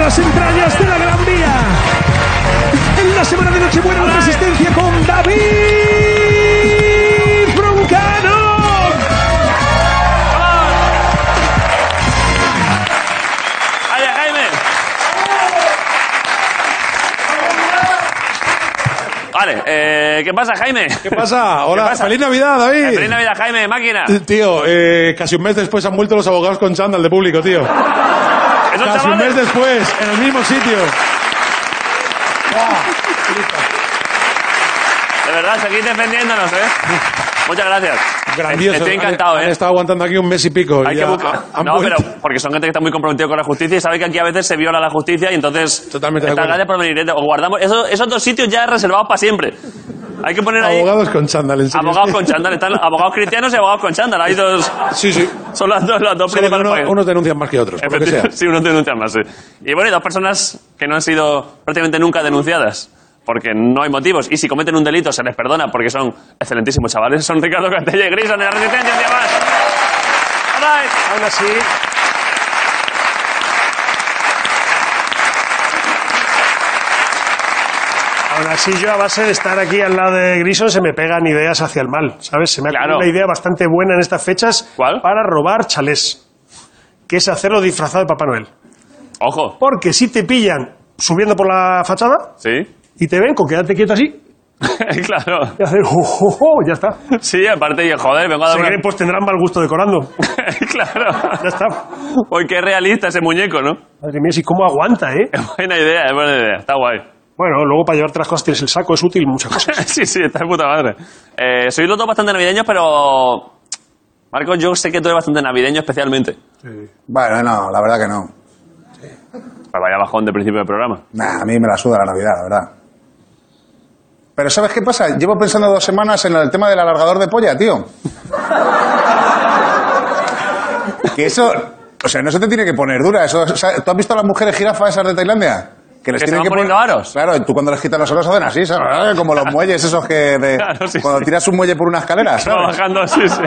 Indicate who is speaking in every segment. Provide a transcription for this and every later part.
Speaker 1: las entrañas de la Gran Vía. En la semana de Nochebuena, la resistencia con David Broncano.
Speaker 2: ¡Vaya, Jaime! Vale, eh, ¿qué pasa, Jaime?
Speaker 3: ¿Qué pasa? Hola,
Speaker 2: pasa?
Speaker 3: feliz Navidad, David.
Speaker 2: Feliz Navidad, Jaime, máquina.
Speaker 3: Eh, Tío, eh, casi un mes después han vuelto los abogados con chándal de público, tío.
Speaker 2: Esos
Speaker 3: Casi un mes
Speaker 2: chavales,
Speaker 3: después, en el mismo sitio.
Speaker 2: de verdad, seguís defendiéndonos, ¿eh? Muchas gracias.
Speaker 3: Grandioso.
Speaker 2: Estoy
Speaker 3: Han-
Speaker 2: encantado,
Speaker 3: han,
Speaker 2: ¿eh?
Speaker 3: estado aguantando aquí un mes y pico. y
Speaker 2: Hay que
Speaker 3: ya
Speaker 2: buscar.
Speaker 3: han
Speaker 2: No,
Speaker 3: vuelto.
Speaker 2: pero porque son gente que está muy comprometida con la justicia y sabe que aquí a veces se viola la justicia y entonces.
Speaker 3: Totalmente de
Speaker 2: Está
Speaker 3: acuerdo.
Speaker 2: gracias por venir. ¿eh? O guardamos. eso- esos dos sitios ya reservados para siempre. Hay que poner ahí.
Speaker 3: Abogados con chándal, en serio.
Speaker 2: Abogados con chándal. Están abogados cristianos y abogados con chándal. Hay dos.
Speaker 3: Sí, sí.
Speaker 2: Son las dos, las dos
Speaker 3: Solo que
Speaker 2: principales.
Speaker 3: uno-
Speaker 2: páginas.
Speaker 3: unos denuncian más que otros, por lo que sea.
Speaker 2: Efectivamente, Sí, unos denuncian más, sí. Y bueno, y dos personas que no han sido prácticamente nunca denunciadas, porque no hay motivos. Y si cometen un delito, se les perdona, porque son excelentísimos chavales. Son Ricardo Cantella y Grison de la Resistencia, un día más. All right.
Speaker 1: Aún así, aún así yo a base de estar aquí al lado de Grison se me pegan ideas hacia el mal, ¿sabes? Se me ha
Speaker 2: Claro.
Speaker 1: ocurrido una idea bastante buena en estas fechas
Speaker 2: ¿Cuál?
Speaker 1: para robar chalés, que es hacerlo disfrazado de Papá Noel.
Speaker 2: Ojo,
Speaker 1: Porque si te pillan subiendo por la fachada
Speaker 2: sí.
Speaker 1: y te ven con quedarte quieto así
Speaker 2: claro.
Speaker 1: y hacer "Oh, "Jo, jo, jo", ya está.
Speaker 2: Sí, aparte, y joder, vengo a dar
Speaker 1: Si
Speaker 2: una-
Speaker 1: creen, pues tendrán mal gusto decorando.
Speaker 2: claro.
Speaker 1: Ya está.
Speaker 2: Hoy qué realista ese muñeco, ¿no?
Speaker 1: Madre mía, si cómo aguanta, ¿eh?
Speaker 2: Es buena idea, es buena idea. Está guay.
Speaker 1: Bueno, luego para llevarte las cosas tienes el saco, es útil muchas cosas.
Speaker 2: sí, sí, está de puta madre. Eh, sois los dos bastante navideños, pero... Marcos, yo sé que tú eres bastante navideño especialmente.
Speaker 4: Bueno, no, la verdad que no.
Speaker 2: Pues vaya bajón de principio del programa.
Speaker 4: Nah, a mí me la suda la Navidad, la verdad. Pero ¿sabes qué pasa? Llevo pensando dos semanas en el tema del alargador de polla, tío. que eso, o sea, no se te tiene que poner dura. Eso, o sea, ¿Tú has visto a las mujeres jirafas esas de Tailandia? Que les
Speaker 2: Que se
Speaker 4: tienen
Speaker 2: van
Speaker 4: que poner
Speaker 2: poniendo aros.
Speaker 4: Claro, y tú cuando les quitas los aros hacen así, ¿sabes? ¿Eh? como los muelles esos que de-
Speaker 2: Claro, sí,
Speaker 4: cuando
Speaker 2: sí.
Speaker 4: tiras un muelle por una escalera,
Speaker 2: Está
Speaker 4: ¿sabes?
Speaker 2: bajando, sí, sí.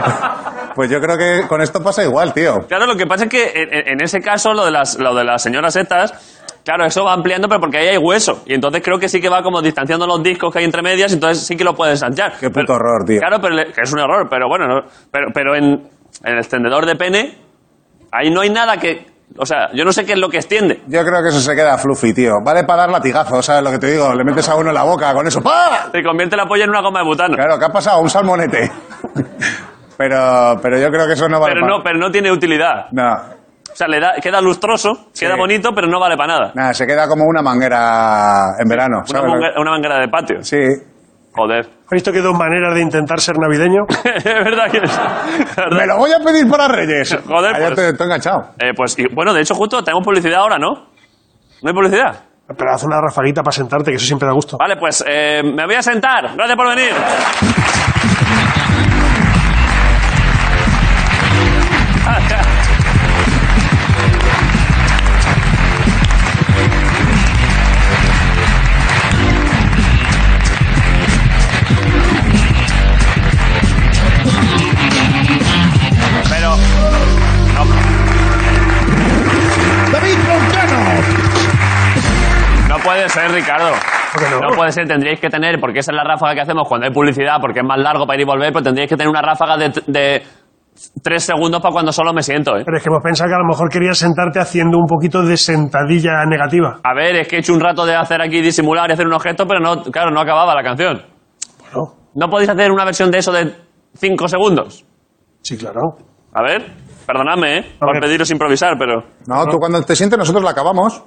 Speaker 4: Pues yo creo que con esto pasa igual, tío.
Speaker 2: Claro, lo que pasa es que en, en ese caso, lo de, las, lo de las señoras estas, claro, eso va ampliando, pero porque ahí hay hueso. Y entonces creo que sí que va como distanciando los discos que hay entre medias, entonces sí que lo puedes ensanchar.
Speaker 4: Qué puto
Speaker 2: Pero-
Speaker 4: horror, tío.
Speaker 2: Claro, pero le- que es un error, pero bueno, no- pero, pero en, en el extendedor de pene, ahí no hay nada que. O sea, yo no sé qué es lo que extiende.
Speaker 4: Yo creo que eso se queda fluffy, tío. Vale para dar latigazos, ¿sabes lo que te digo? Le metes a uno en la boca con eso. ¡Pah!
Speaker 2: Te convierte la polla en una goma de butano.
Speaker 4: Claro, ¿qué ha pasado? Un salmonete. pero, pero yo creo que eso no vale
Speaker 2: pero, no,
Speaker 4: para...
Speaker 2: pero no tiene utilidad.
Speaker 4: No,
Speaker 2: O sea, le da, queda lustroso, queda bonito, pero no vale para nada.
Speaker 4: nada, se queda como una manguera en verano,
Speaker 2: Una
Speaker 4: ¿sabes?
Speaker 2: manguera, una manguera de patio.
Speaker 4: Sí.
Speaker 2: Joder.
Speaker 1: ¿Has visto que hay dos maneras de intentar ser navideño?
Speaker 2: es verdad que es. la verdad.
Speaker 4: Me lo voy a pedir para Reyes.
Speaker 2: Joder,
Speaker 4: Ah, ya
Speaker 2: pues.
Speaker 4: te, te he enganchado.
Speaker 2: Eh, pues y, bueno, de hecho, justo tenemos publicidad ahora, ¿no? No hay publicidad.
Speaker 1: Pero haz una rafaguita para sentarte, que eso siempre da gusto.
Speaker 2: Vale, pues eh, me voy a sentar. Gracias por venir. Pero
Speaker 3: ¡David Broncano!
Speaker 2: no puede ser, Ricardo.
Speaker 1: ¿Por qué no?
Speaker 2: No puede ser, tendríais que tener, porque esa es la ráfaga que hacemos cuando hay publicidad, porque es más largo para ir y volver, pero tendríais que tener una ráfaga de, de tres segundos para cuando solo me siento, ¿eh?
Speaker 1: Pero es que hemos pensado que a lo mejor querías sentarte haciendo un poquito de sentadilla negativa.
Speaker 2: A ver, es que he hecho un rato de hacer aquí disimular y hacer unos gestos, pero no, claro, no acababa la canción.
Speaker 1: Bueno,
Speaker 2: ¿No podéis hacer una versión de eso de cinco segundos?
Speaker 1: sí, claro.
Speaker 2: A ver, perdonadme, ¿eh? Por
Speaker 1: ver.
Speaker 2: pediros improvisar, pero...
Speaker 4: No, tú cuando te sientes nosotros la acabamos.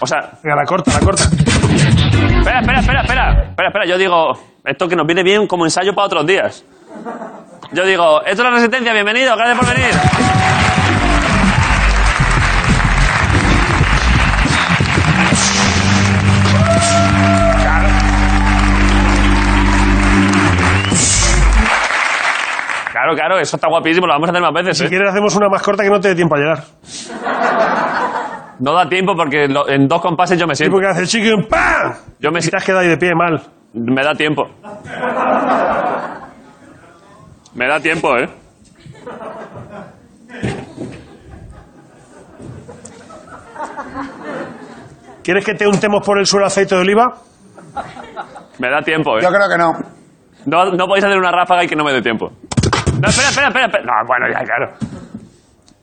Speaker 2: O sea,
Speaker 1: Venga, la corta, la corta.
Speaker 2: espera, espera, espera, espera. Espera, espera, yo digo... Esto que nos viene bien como ensayo para otros días. Yo digo, esto es la Resistencia, bienvenido, gracias por venir. Claro, claro, eso está guapísimo, lo vamos a hacer más veces.
Speaker 1: Si
Speaker 2: ¿eh?
Speaker 1: quieres hacemos una más corta que no te dé tiempo a llegar.
Speaker 2: No da tiempo porque lo- en dos compases yo me
Speaker 1: Y
Speaker 2: siento.
Speaker 1: porque hace chicken ¡pam!
Speaker 2: Eh, Yo me,
Speaker 1: Y te
Speaker 2: si-
Speaker 1: has quedado ahí de pie mal.
Speaker 2: me da tiempo. Me da tiempo, ¿eh?
Speaker 1: ¿Quieres que te untemos por el suelo aceite de oliva?
Speaker 2: Me da tiempo, ¿eh?
Speaker 4: Yo creo que no.
Speaker 2: No, no podéis hacer una ráfaga y que no me dé tiempo. No, espera, espera, espera. espera. No, bueno, ya, claro.
Speaker 4: Vale,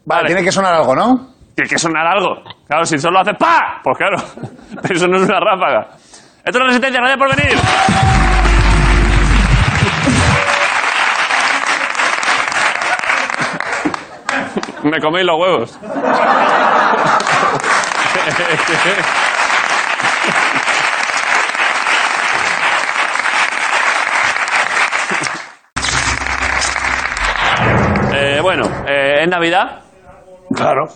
Speaker 2: Vale.
Speaker 4: tiene que sonar algo, ¿no?
Speaker 2: Tiene que sonar algo. Claro, si solo hace ¡pa! Pues claro, pero eso no es una ráfaga. Esto es Resistencia, gracias por venir. Me coméis los huevos. Eh, bueno, eh, es Navidad.
Speaker 1: Claro.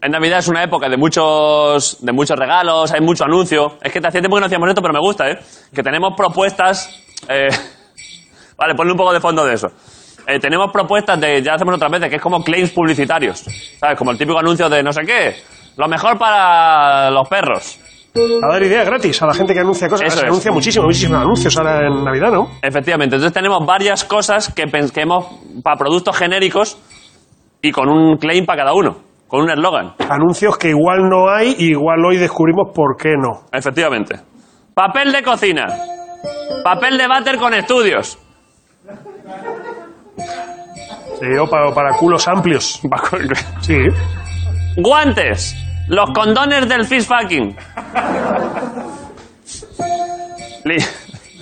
Speaker 2: En Navidad es una época de muchos, de muchos regalos, hay mucho anuncio. Es que te hacía tiempo que no hacíamos esto, pero me gusta, ¿eh? Que tenemos propuestas. eh, Vale, ponle un poco de fondo de eso. Eh, tenemos propuestas de, ya hacemos otras veces, que es como claims publicitarios. ¿Sabes? Como el típico anuncio de no sé qué. Lo mejor para los perros.
Speaker 1: A dar ideas gratis a la gente que anuncia cosas.
Speaker 2: Eso
Speaker 1: se
Speaker 2: es.
Speaker 1: anuncia muchísimo, muchísimos anuncios ahora en Navidad, ¿no?
Speaker 2: Efectivamente, entonces tenemos varias cosas que pens- que hemos para productos genéricos y con un claim para cada uno, con un eslogan.
Speaker 1: Anuncios que igual no hay y igual hoy descubrimos por qué no.
Speaker 2: Efectivamente. Papel de cocina. Papel de váter con estudios.
Speaker 1: Sí, Eh, o para, o para culos amplios. Sí.
Speaker 2: Guantes. Los condones del fish fucking. Li-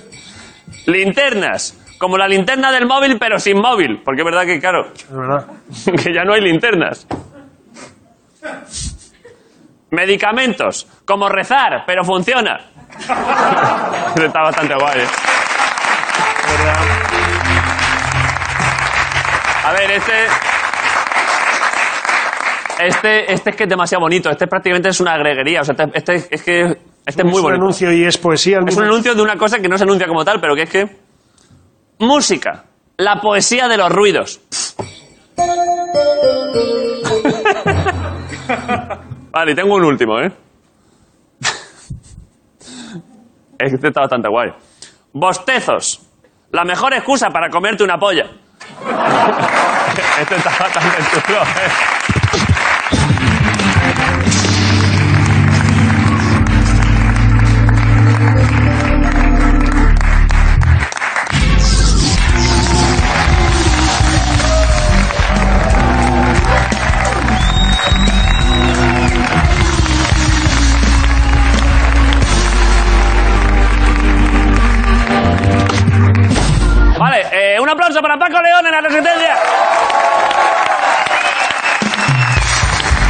Speaker 2: Linternas. Como la linterna del móvil, pero sin móvil. Porque es verdad que, claro,
Speaker 1: Es verdad.
Speaker 2: que ya no hay linternas. Medicamentos. Como rezar, pero funciona. Está bastante guay. ¿eh?
Speaker 1: Es verdad.
Speaker 2: A ver, este. Este, este es que es demasiado bonito. Este prácticamente es una greguería. O sea, este, este es que. Este es muy
Speaker 1: un
Speaker 2: bonito.
Speaker 1: anuncio y es poesía. al
Speaker 2: Es
Speaker 1: mismo
Speaker 2: un anuncio de una cosa que no se anuncia como tal, pero que es que. Música. La poesía de los ruidos. vale, y tengo un último, ¿eh? Este está bastante guay. Bostezos. La mejor excusa para comerte una polla. este está bastante chulo, ¿eh? Vale, eh, un aplauso para Paco León en la resistencia.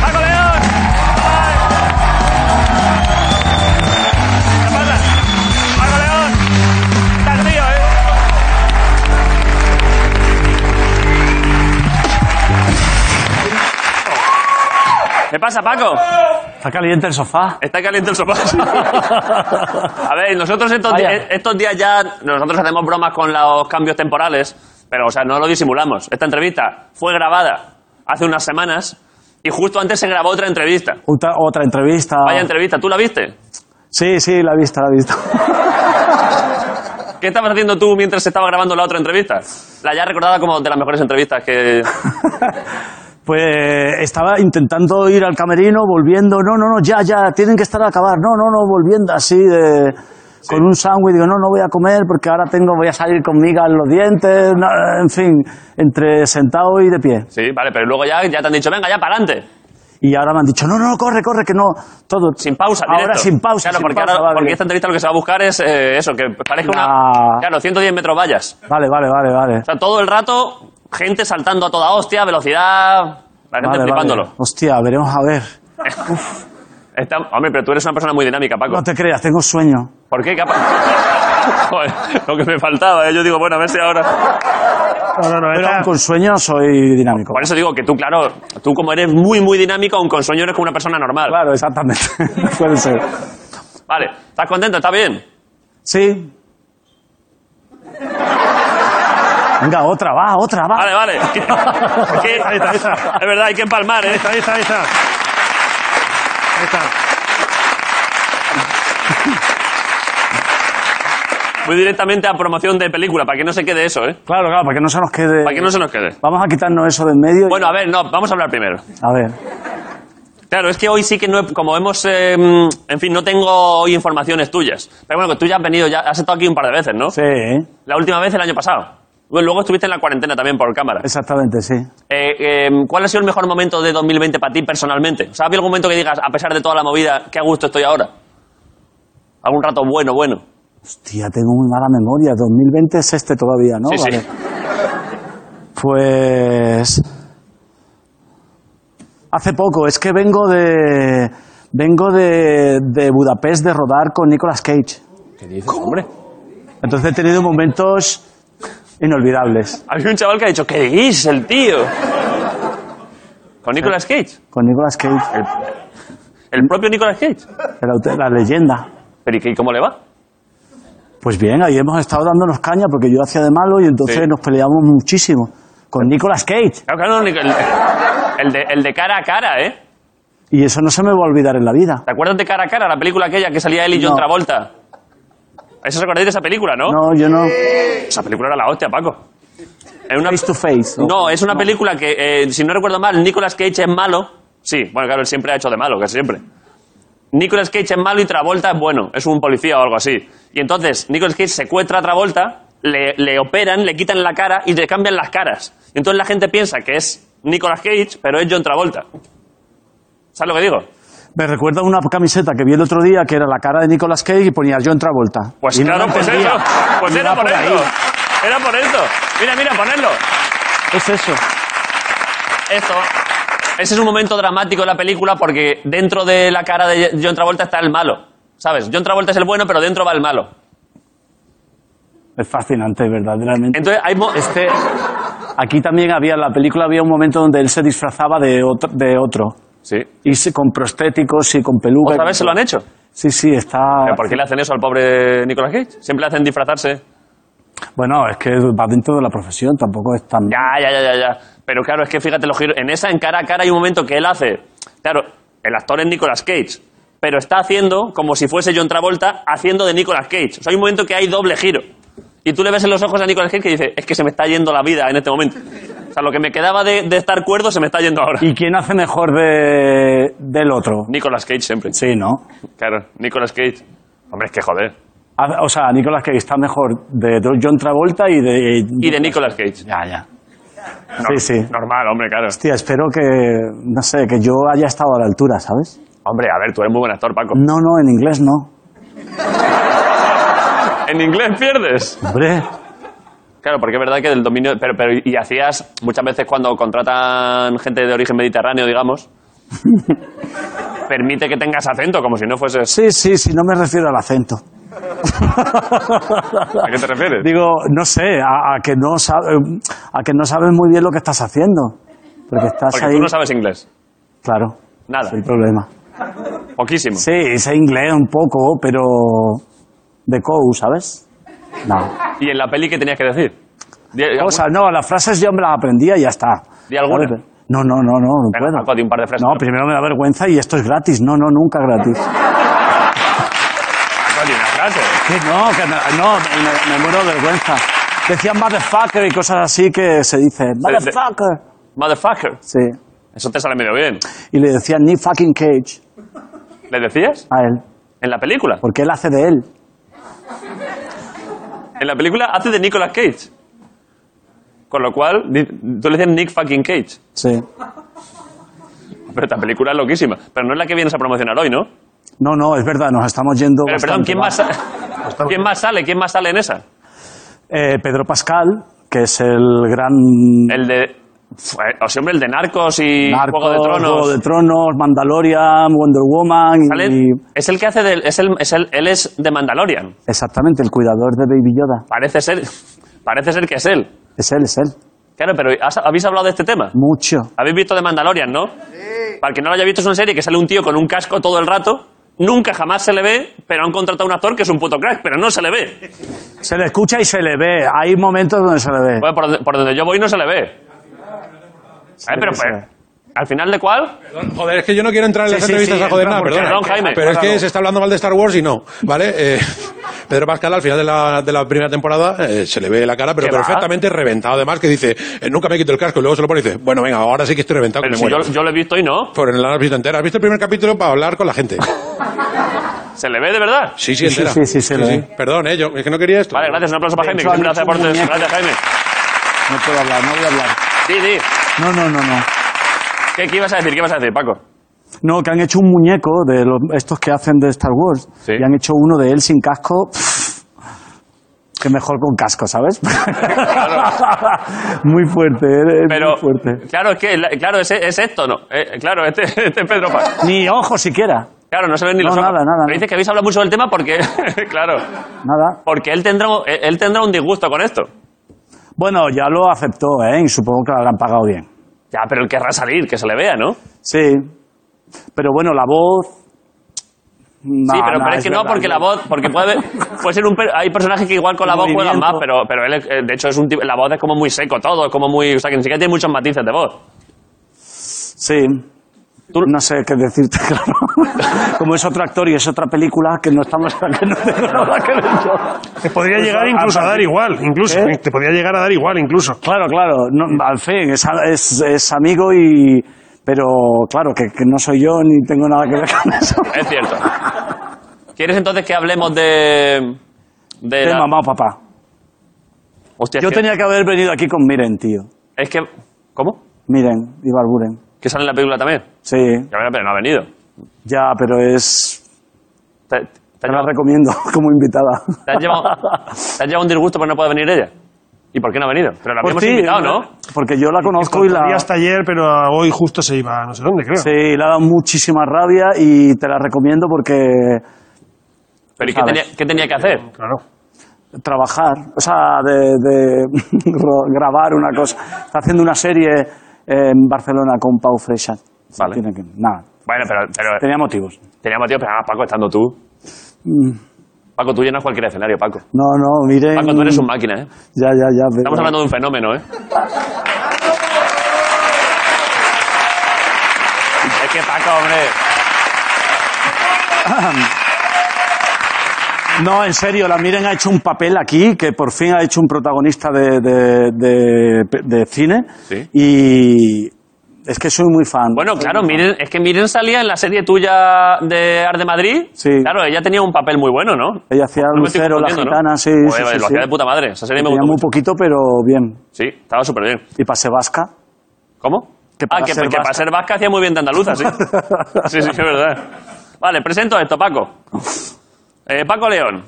Speaker 2: Paco León. Ay. ¿Qué pasa? Paco León. Está el tío, ¿eh? ¿Qué pasa, Paco?
Speaker 5: Está caliente el sofá.
Speaker 2: Está caliente el sofá. A ver, nosotros estos, di-
Speaker 5: Vaya.
Speaker 2: eh, estos días ya nosotros hacemos bromas con los cambios temporales, pero o sea, no lo disimulamos. Esta entrevista fue grabada hace unas semanas y justo antes se grabó otra entrevista.
Speaker 5: Otra, otra entrevista.
Speaker 2: Vaya entrevista, ¿tú la viste?
Speaker 5: Sí, sí, la he visto, la he visto.
Speaker 2: ¿Qué estabas haciendo tú mientras se estaba grabando la otra entrevista? La ya recordada como de las mejores entrevistas que...
Speaker 5: Pues estaba intentando ir al camerino, volviendo. No, no, no, ya, ya, tienen que estar a acabar. No, no, no, volviendo así de. Con un sándwich, digo, no, no voy a comer porque ahora tengo, voy a salir con migas en los dientes, no, en fin, entre sentado y de pie.
Speaker 2: Sí, vale, pero luego ya, ya te han dicho, venga, ya, para adelante.
Speaker 5: Y ahora me han dicho, no, no, corre, corre, que no, todo.
Speaker 2: Sin pausa,
Speaker 5: Ahora
Speaker 2: directo.
Speaker 5: sin pausa,
Speaker 2: Claro,
Speaker 5: sin
Speaker 2: porque,
Speaker 5: pausa,
Speaker 2: ahora-
Speaker 5: vale.
Speaker 2: porque esta entrevista lo que se va a buscar es eh, eso, que parezca una...
Speaker 5: Nah.
Speaker 2: Claro, 110 metros vallas.
Speaker 5: Vale, vale, vale, vale.
Speaker 2: O sea, todo el rato, gente saltando a toda hostia, velocidad, la gente
Speaker 5: Vale, vale.
Speaker 2: flipándolo.
Speaker 5: Hostia, veremos a ver.
Speaker 2: Está- hombre, pero tú eres una persona muy dinámica, Paco.
Speaker 5: No te creas, tengo sueño.
Speaker 2: ¿Por qué? ¿Qué ha pa- Joder, lo que me faltaba, ¿eh? yo digo, bueno, a ver si ahora...
Speaker 1: No, no, no,
Speaker 5: Pero
Speaker 1: esta-
Speaker 5: aún con sueño soy dinámico.
Speaker 2: Por eso digo que tú, claro, tú como eres muy, muy dinámico, aun con sueño eres como una persona normal.
Speaker 5: Claro, exactamente. Puede ser.
Speaker 2: Vale, ¿estás contento? ¿Está bien?
Speaker 5: Sí. Venga, otra, va, otra, va.
Speaker 2: Vale, vale. Es que-
Speaker 1: Ahí está, ahí está.
Speaker 2: Es verdad, hay que empalmar, ¿eh?
Speaker 1: Ahí está, ahí está. Ahí está.
Speaker 2: Voy directamente a promoción de película, para que no se quede eso, ¿eh?
Speaker 5: Claro, claro, para que no se nos quede.
Speaker 2: Para que no se nos quede.
Speaker 5: Vamos a quitarnos eso de en medio. y-
Speaker 2: Bueno, a ver, no, vamos a hablar primero.
Speaker 5: A ver.
Speaker 2: Claro, es que hoy sí que no, he- como hemos, eh, en fin, no tengo hoy informaciones tuyas. Pero bueno, que tú ya has venido, ya has estado aquí un par de veces, ¿no?
Speaker 5: Sí, ¿eh?
Speaker 2: La última vez el año pasado. Bueno, Luego estuviste en la cuarentena también por cámara.
Speaker 5: exactamente, sí.
Speaker 2: Eh, eh, ¿Cuál ha sido el mejor momento de 2020 para ti personalmente? O sea, ¿había algún momento que digas, a pesar de toda la movida, qué a gusto estoy ahora? ¿Algún rato bueno, bueno?
Speaker 5: Hostia, tengo muy mala memoria. 2020 es este todavía, ¿no?
Speaker 2: sí,
Speaker 5: Vale.
Speaker 2: sí.
Speaker 5: Pues. Hace poco, es que vengo de. Vengo de, de Budapest de rodar con Nicolas Cage.
Speaker 2: ¿Qué dices, hombre?
Speaker 5: Entonces he tenido momentos inolvidables
Speaker 2: Había un chaval que ha dicho, ¿qué dices, el tío? Con Nicolas Cage.
Speaker 5: con Nicolas Cage,
Speaker 2: El, el propio Nicolas Cage.
Speaker 5: el aut- la leyenda.
Speaker 2: Pero ¿y qué- cómo le va?
Speaker 5: Pues bien, ahí hemos estado dándonos caña porque yo hacía de malo y entonces
Speaker 2: Sí.
Speaker 5: nos peleamos muchísimo con Nicolas Cage.
Speaker 2: Claro, claro, Nic- el, el de, el de cara a cara, ¿eh?
Speaker 5: Y eso no se me va a olvidar en la vida.
Speaker 2: ¿Te acuerdas de cara a cara, la película aquella que salía él y John
Speaker 5: No.
Speaker 2: Travolta? ¿Eso os acordáis de esa película, no?
Speaker 5: No, yo no.
Speaker 2: Esa película era la hostia, Paco. Es una,
Speaker 5: Face to face.
Speaker 2: No, es una película que, eh, si no recuerdo mal, Nicolas Cage es malo. Sí, bueno, claro, él siempre ha hecho de malo, que siempre. Nicolas Cage es malo y Travolta es bueno, es un policía o algo así. Y entonces Nicolas Cage secuestra a Travolta, le, le operan, le quitan la cara y le cambian las caras. Y entonces la gente piensa que es Nicolas Cage, pero es John Travolta. ¿Sabes lo que digo?
Speaker 5: Me recuerda una camiseta que vi el otro día que era la cara de Nicolas Cage y ponía John Travolta.
Speaker 2: Pues
Speaker 5: Y no
Speaker 2: claro,
Speaker 5: la
Speaker 2: pues
Speaker 5: entendía.
Speaker 2: eso. Pues
Speaker 5: Y
Speaker 2: era
Speaker 5: va
Speaker 2: por,
Speaker 5: ahí.
Speaker 2: eso. Era por eso. Mira, mira, ponedlo.
Speaker 5: Es eso.
Speaker 2: Esto. Ese es un momento dramático de la película porque dentro de la cara de John Travolta está el malo. ¿Sabes? John Travolta es el bueno, pero dentro va el malo.
Speaker 5: Es fascinante, verdaderamente.
Speaker 2: Entonces, hay mo-
Speaker 5: Este, aquí también había, en la película había un momento donde él se disfrazaba de otro. De otro.
Speaker 2: Sí.
Speaker 5: Y se- con prostéticos y con peluca.
Speaker 2: ¿Otra vez se lo han hecho?
Speaker 5: Sí, Ah, sí, está...
Speaker 2: ¿Pero ¿Por qué le hacen eso al pobre Nicolas Cage? Siempre le hacen disfrazarse.
Speaker 5: Bueno, es que va dentro de la profesión, tampoco es tan...
Speaker 2: Ya, ya, ya, ya, ya. Pero claro, es que fíjate los giros. En esa, en cara a cara, hay un momento que él hace. Claro, el actor es Nicolas Cage. Pero está haciendo como si fuese John Travolta haciendo de Nicolas Cage. O sea, hay un momento que hay doble giro. Y tú le ves en los ojos a Nicolas Cage que dice, es que se me está yendo la vida en este momento. O sea, lo que me quedaba de, de estar cuerdo se me está yendo ahora.
Speaker 5: ¿Y quién hace mejor de, del otro?
Speaker 2: Nicolas Cage siempre.
Speaker 5: Sí, ¿no?
Speaker 2: Claro, Nicolas Cage. Hombre, es que joder.
Speaker 5: Ha- Ah, O sea, Nicolas Cage está mejor de John Travolta y de...
Speaker 2: Y de Nicolas Cage.
Speaker 5: Ya, ya. Sí, sí.
Speaker 2: Normal, hombre, claro.
Speaker 5: Hostia, espero que, no sé, que yo haya estado a la altura, ¿sabes?
Speaker 2: Hombre, a ver, tú eres muy buen actor, Paco.
Speaker 5: No, no, en inglés no.
Speaker 2: En inglés pierdes.
Speaker 5: Hombre,
Speaker 2: Claro, porque es verdad que del dominio. Pero, pero y hacías muchas veces cuando contratan gente de origen mediterráneo, digamos, permite que tengas acento, como si no fueses.
Speaker 5: sí, sí, sí, no me refiero al acento.
Speaker 2: ¿A qué te refieres?
Speaker 5: Digo, no sé, a, a que no sabe- a que no sabes muy bien lo que estás haciendo. Porque estás
Speaker 2: Porque
Speaker 5: ahí...
Speaker 2: tú no sabes inglés.
Speaker 5: Claro.
Speaker 2: Nada.
Speaker 5: Es el problema.
Speaker 2: Poquísimo.
Speaker 5: Sí, sé inglés un poco, pero de COU, ¿sabes? No.
Speaker 2: ¿Y en la peli qué tenías que decir? Di- alguna-
Speaker 5: Cosas, no, las frases yo me las aprendía y ya está.
Speaker 2: ¿Di alguna?
Speaker 5: ¿Sabes? No, no, no, no, no
Speaker 2: Venga,
Speaker 5: puedo.
Speaker 2: Paco, di un par de frases.
Speaker 5: No, primero me da vergüenza y esto es gratis. No, no, nunca gratis.
Speaker 2: Paco, di una frase.
Speaker 5: Que no, que me, no, me, me muero de vergüenza. Decían motherfucker y cosas así que se dice. Motherfucker.
Speaker 2: Motherfucker.
Speaker 5: Sí.
Speaker 2: Eso te sale medio bien.
Speaker 5: Y le decían ni fucking cage
Speaker 2: ¿Le decías?
Speaker 5: a él.
Speaker 2: En la película.
Speaker 5: Porque él hace de él.
Speaker 2: En la película hace de Nicolas Cage. Con lo cual, di- tú le decías Nick fucking Cage.
Speaker 5: Sí.
Speaker 2: Pero esta película es loquísima. Pero no es la que vienes a promocionar hoy, ¿no?
Speaker 5: No, no, es verdad, nos estamos yendo.
Speaker 2: Pero perdón,
Speaker 5: bastante
Speaker 2: ¿quién
Speaker 5: mal.
Speaker 2: más, sa- ¿quién más sale? ¿Quién más sale en esa?
Speaker 5: Eh, Pedro Pascal, que es el gran
Speaker 2: El de. Fue- O sea, hombre, el de Narcos y
Speaker 5: narco,
Speaker 2: Juego de Tronos.
Speaker 5: Juego de Tronos, Mandalorian, Wonder Woman
Speaker 2: Sale-
Speaker 5: y
Speaker 2: Es el que hace del. Es el, es el- él es de Mandalorian.
Speaker 5: exactamente el cuidador de Baby Yoda.
Speaker 2: Parece ser. Parece ser que es él.
Speaker 5: Es él, es él.
Speaker 2: Claro, pero ¿has- ¿habéis hablado de este tema?
Speaker 5: Mucho.
Speaker 2: Habéis visto de Mandalorian, ¿no? Sí. Para el que no lo haya visto, es una serie que sale un tío con un casco todo el rato. Nunca jamás se le ve, pero han contratado a un actor que es un puto crack, pero no se le ve.
Speaker 5: Se le escucha y se le ve. Hay momentos donde se le ve.
Speaker 2: Bueno, por, donde- por donde yo voy no se le ve. Eh, pero,
Speaker 5: se le
Speaker 2: pues, ¿Al final de cuál?
Speaker 3: Joder, es que yo no quiero entrar en
Speaker 5: Sí,
Speaker 3: las
Speaker 5: sí,
Speaker 3: entrevistas
Speaker 5: sí,
Speaker 3: a joder
Speaker 5: entra
Speaker 3: nada,
Speaker 5: porque-
Speaker 3: perdona.
Speaker 2: Perdón, Jaime.
Speaker 3: Pero es
Speaker 2: Pásalo.
Speaker 3: que se está hablando mal de Star Wars y no, ¿vale? Eh, Pedro Pascal al final de la, de la primera temporada eh, se le ve la cara, pero
Speaker 2: ¿Qué va?
Speaker 3: perfectamente reventado. Además, que dice, eh, nunca me quito el casco, y luego se lo pone y dice, bueno, venga, ahora sí que estoy reventado. que
Speaker 2: Pero
Speaker 3: me
Speaker 2: si yo,
Speaker 3: muero".
Speaker 2: yo lo he visto y no.
Speaker 3: Por el visto entera. ¿Has visto el primer capítulo para hablar con la gente?
Speaker 2: ¿Se le ve de verdad?
Speaker 3: Sí, sí,
Speaker 5: Sí,
Speaker 3: entera.
Speaker 5: sí, sí, se lo ve.
Speaker 3: Perdón, eh, yo, es que no quería esto.
Speaker 2: Vale, gracias. Un aplauso para Jaime, que
Speaker 5: hecho,
Speaker 2: siempre
Speaker 5: han
Speaker 2: hace
Speaker 5: hecho un
Speaker 2: aportes.
Speaker 5: muñeco.
Speaker 2: Gracias, Jaime.
Speaker 5: No puedo hablar, no voy a hablar.
Speaker 2: Sí, sí.
Speaker 5: No, no, no, no.
Speaker 2: ¿Qué, qué ibas a decir? ¿Qué ibas a decir, Paco?
Speaker 5: No, que han hecho un muñeco de los- estos que hacen de Star Wars.
Speaker 2: Sí.
Speaker 5: Y han hecho uno de él sin casco. Pff, que mejor con casco, ¿sabes? muy fuerte, es
Speaker 2: Pero,
Speaker 5: muy fuerte.
Speaker 2: claro, es que, la- claro, es, es esto, ¿no? Eh, claro, este, este es Pedro Pascal.
Speaker 5: Ni ojo siquiera.
Speaker 2: Claro, no se ven ni
Speaker 5: No,
Speaker 2: los ojos.
Speaker 5: nada, nada,
Speaker 2: Pero
Speaker 5: no.
Speaker 2: dices que habéis hablado mucho del tema porque, claro,
Speaker 5: Nada.
Speaker 2: porque él tendrá, él tendrá un disgusto con esto.
Speaker 5: Bueno, ya lo aceptó, ¿eh? Y supongo que lo habrán pagado bien.
Speaker 2: Ya, pero él querrá salir, que se le vea, ¿no?
Speaker 5: Sí. Pero bueno, la voz.
Speaker 2: sí, pero, pero es que no, porque la voz, porque puede, puede ser un, per- hay personajes que igual con la
Speaker 5: El
Speaker 2: voz juegan más,
Speaker 5: movimiento.
Speaker 2: pero, pero él, es- eh, de hecho, es un tipo- la voz es como muy seco todo, es como muy, o sea, que ni siquiera tiene muchos matices de voz.
Speaker 5: Sí. No sé qué decirte, claro. Como es otro actor y es otra película que no estamos. Que no tengo nada que ver yo.
Speaker 1: Te podría llegar incluso a dar igual, incluso.
Speaker 5: ¿Eh?
Speaker 1: Te podría llegar a dar igual, incluso.
Speaker 5: Claro, claro. no, al fin, es, es- es amigo y. Pero claro, que, que no soy yo ni tengo nada que ver con eso.
Speaker 2: Es cierto. ¿Quieres entonces que hablemos de. de
Speaker 5: De
Speaker 2: la-
Speaker 5: mamá o papá.
Speaker 2: Hostia, es
Speaker 5: Yo
Speaker 2: que-
Speaker 5: tenía que haber venido aquí con Miren, tío.
Speaker 2: Es que. ¿Cómo?
Speaker 5: Miren y Barburen.
Speaker 2: Que sale en la película también.
Speaker 5: Sí,
Speaker 2: Ya, pero no ha venido.
Speaker 5: ya, pero es.
Speaker 2: Te, te
Speaker 5: Te
Speaker 2: has
Speaker 5: la
Speaker 2: llevado,
Speaker 5: recomiendo como invitada.
Speaker 2: te has llevado- te has llevado un disgusto por no poder venir ella. ¿Y por qué no ha venido? Pero la
Speaker 5: Pues
Speaker 2: habíamos
Speaker 5: sí,
Speaker 2: invitado, ¿no?
Speaker 5: Porque yo la conozco y la.
Speaker 1: Podría hasta ayer, pero a hoy justo se iba a no sé dónde, creo.
Speaker 5: Sí, le ha dado muchísima rabia y te la recomiendo porque
Speaker 2: Pero ¿y qué
Speaker 5: sabes.
Speaker 2: tenía, qué tenía que hacer?
Speaker 1: Claro.
Speaker 5: trabajar, o sea, de, de ro- grabar una cosa. Está haciendo una serie en Barcelona con Pau Freixas.
Speaker 2: Vale.
Speaker 5: Tiene que- nada,
Speaker 2: Bueno, pero, eh, pero
Speaker 5: tenía Mm. motivos.
Speaker 2: tenía motivo, pero ah, Paco, estando tú. Paco, tú llenas cualquier escenario, Paco.
Speaker 5: No, no, miren.
Speaker 2: Paco, tú eres un máquina, ¿eh?
Speaker 5: Ya, ya, ya. pero-
Speaker 2: Estamos hablando de un fenómeno, ¿eh? es que Paco, hombre.
Speaker 5: No, en serio, la Miren ha hecho un papel aquí, que por fin ha hecho un protagonista de, de- de- de cine.
Speaker 2: Sí.
Speaker 5: Y es que soy muy fan.
Speaker 2: Bueno,
Speaker 5: Soy
Speaker 2: claro,
Speaker 5: muy fan.
Speaker 2: Miren, es que Miren salía en la serie tuya de Ar de Madrid.
Speaker 5: Sí.
Speaker 2: Claro, ella tenía un papel muy bueno, ¿no?
Speaker 5: Ella hacía
Speaker 2: No me estoy
Speaker 5: Lucero, la
Speaker 2: confundiendo,
Speaker 5: gitana,
Speaker 2: ¿no?
Speaker 5: sí,
Speaker 2: Joder,
Speaker 5: sí, sí,
Speaker 2: lo
Speaker 5: sí.
Speaker 2: hacía de puta madre. Esa serie me
Speaker 5: Tenía
Speaker 2: gustó
Speaker 5: muy
Speaker 2: mucho.
Speaker 5: poquito, pero bien.
Speaker 2: Sí, estaba súper bien.
Speaker 5: Y pase vasca.
Speaker 2: ¿Cómo?
Speaker 5: Que
Speaker 2: ah,
Speaker 5: para
Speaker 2: que,
Speaker 5: ser
Speaker 2: que para
Speaker 5: vasca.
Speaker 2: ser vasca hacía muy bien de andaluza, sí. sí, sí, es verdad. Vale, presento esto, Paco. Eh, Paco León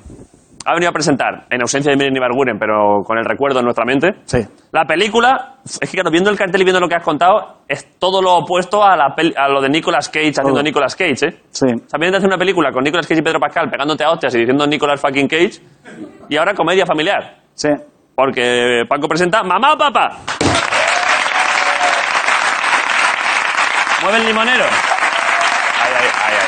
Speaker 2: ha venido a presentar, en ausencia de Miren Ibarguren, pero con el recuerdo en nuestra mente.
Speaker 5: Sí.
Speaker 2: La película, es que claro, viendo el cartel y viendo lo que has contado, es todo lo opuesto a, la peli- a lo de Nicolas Cage haciendo
Speaker 5: Todo.
Speaker 2: Nicolas Cage, ¿eh?
Speaker 5: Sí.
Speaker 2: O sea, vienes de hacer una película con Nicolas Cage y Pedro Pascal pegándote a hostias y diciendo Nicolas fucking Cage, y ahora comedia familiar.
Speaker 5: Sí.
Speaker 2: Porque Paco presenta Mamá o Papá. Mueve el limonero. Ay, ay, ay, ay.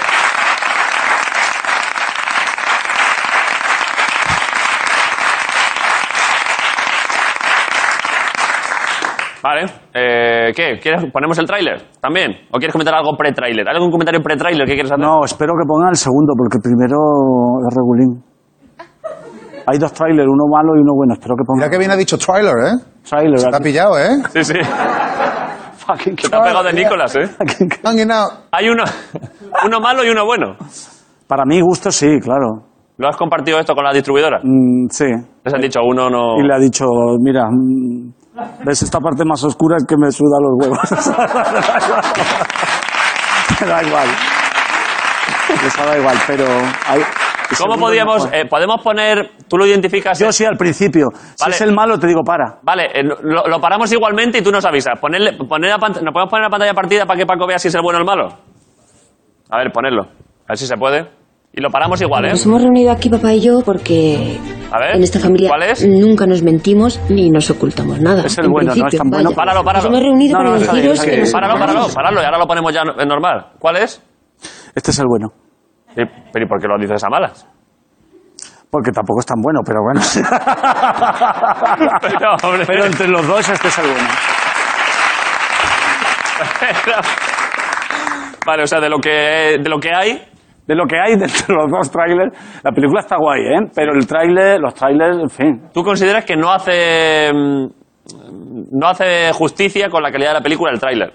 Speaker 2: Vale, eh, ¿qué? ¿Quieres, ¿Ponemos el tráiler también? ¿O quieres comentar algo pre-tráiler? ¿Hay algún comentario pre-tráiler que quieres hacer?
Speaker 5: No, espero que pongan el segundo, porque el primero es regulín. Hay dos trailers, uno malo y uno bueno. Espero que
Speaker 4: Mira
Speaker 5: pongan
Speaker 4: que bien ha dicho trailer, ¿eh?
Speaker 5: trailer.
Speaker 4: Te ha pillado, ¿eh?
Speaker 2: Sí, sí.
Speaker 5: Fucking-
Speaker 2: Que te ha pegado de Nicolas, ¿eh?
Speaker 4: Hanging out.
Speaker 2: Hay uno, uno malo y uno bueno.
Speaker 5: Para mi gusto, sí, claro.
Speaker 2: ¿Lo has compartido esto con la distribuidora?
Speaker 5: Mm, sí.
Speaker 2: Les han dicho uno no.
Speaker 5: Y le ha dicho, mira, mm, ves esta parte más oscura que me suda los huevos. Me da igual. Les da igual, pero... hay- el
Speaker 2: ¿Cómo
Speaker 5: segundo
Speaker 2: podíamos,
Speaker 5: mejor.
Speaker 2: eh, podemos poner, tú lo identificas?
Speaker 5: Yo
Speaker 2: eh,
Speaker 5: sí al principio. Si
Speaker 2: Vale.
Speaker 5: es el malo, te digo, para.
Speaker 2: Vale, eh, lo, lo paramos igualmente y tú nos avisas. Ponerle, poner la pant- ¿Nos podemos poner la pantalla partida para que Paco vea si es el bueno o el malo? A ver, ponerlo. A ver si se puede. Y lo paramos igual, ¿eh?
Speaker 6: Nos hemos reunido aquí papá y yo porque
Speaker 2: A ver,
Speaker 6: en esta familia
Speaker 2: ¿cuál es?
Speaker 6: nunca nos mentimos ni nos ocultamos nada.
Speaker 5: Es el
Speaker 6: En
Speaker 5: bueno, ¿no?
Speaker 6: principio,
Speaker 5: Es tan bueno.
Speaker 6: vaya.
Speaker 2: Páralo, páralo.
Speaker 6: Nos hemos reunido
Speaker 5: No, no,
Speaker 6: para
Speaker 5: está bien,
Speaker 6: deciros
Speaker 5: está
Speaker 6: que
Speaker 5: bien.
Speaker 6: nos
Speaker 2: Páralo, páralo,
Speaker 6: amamos.
Speaker 2: páralo. Y ahora lo ponemos ya no- en normal. ¿Cuál es?
Speaker 5: Este es el bueno.
Speaker 2: Eh, Pero ¿y por qué lo dices a malas?
Speaker 5: Porque tampoco es tan bueno, pero bueno.
Speaker 2: Pero, hombre.
Speaker 5: Pero entre los dos este es el bueno.
Speaker 2: vale, o sea, de lo que, de lo que hay,
Speaker 7: de lo que hay dentro de los dos trailers. La película está guay, ¿eh? Pero el tráiler, los trailers, en fin.
Speaker 2: ¿Tú consideras que no hace. mm, no hace justicia con la calidad de la película el tráiler?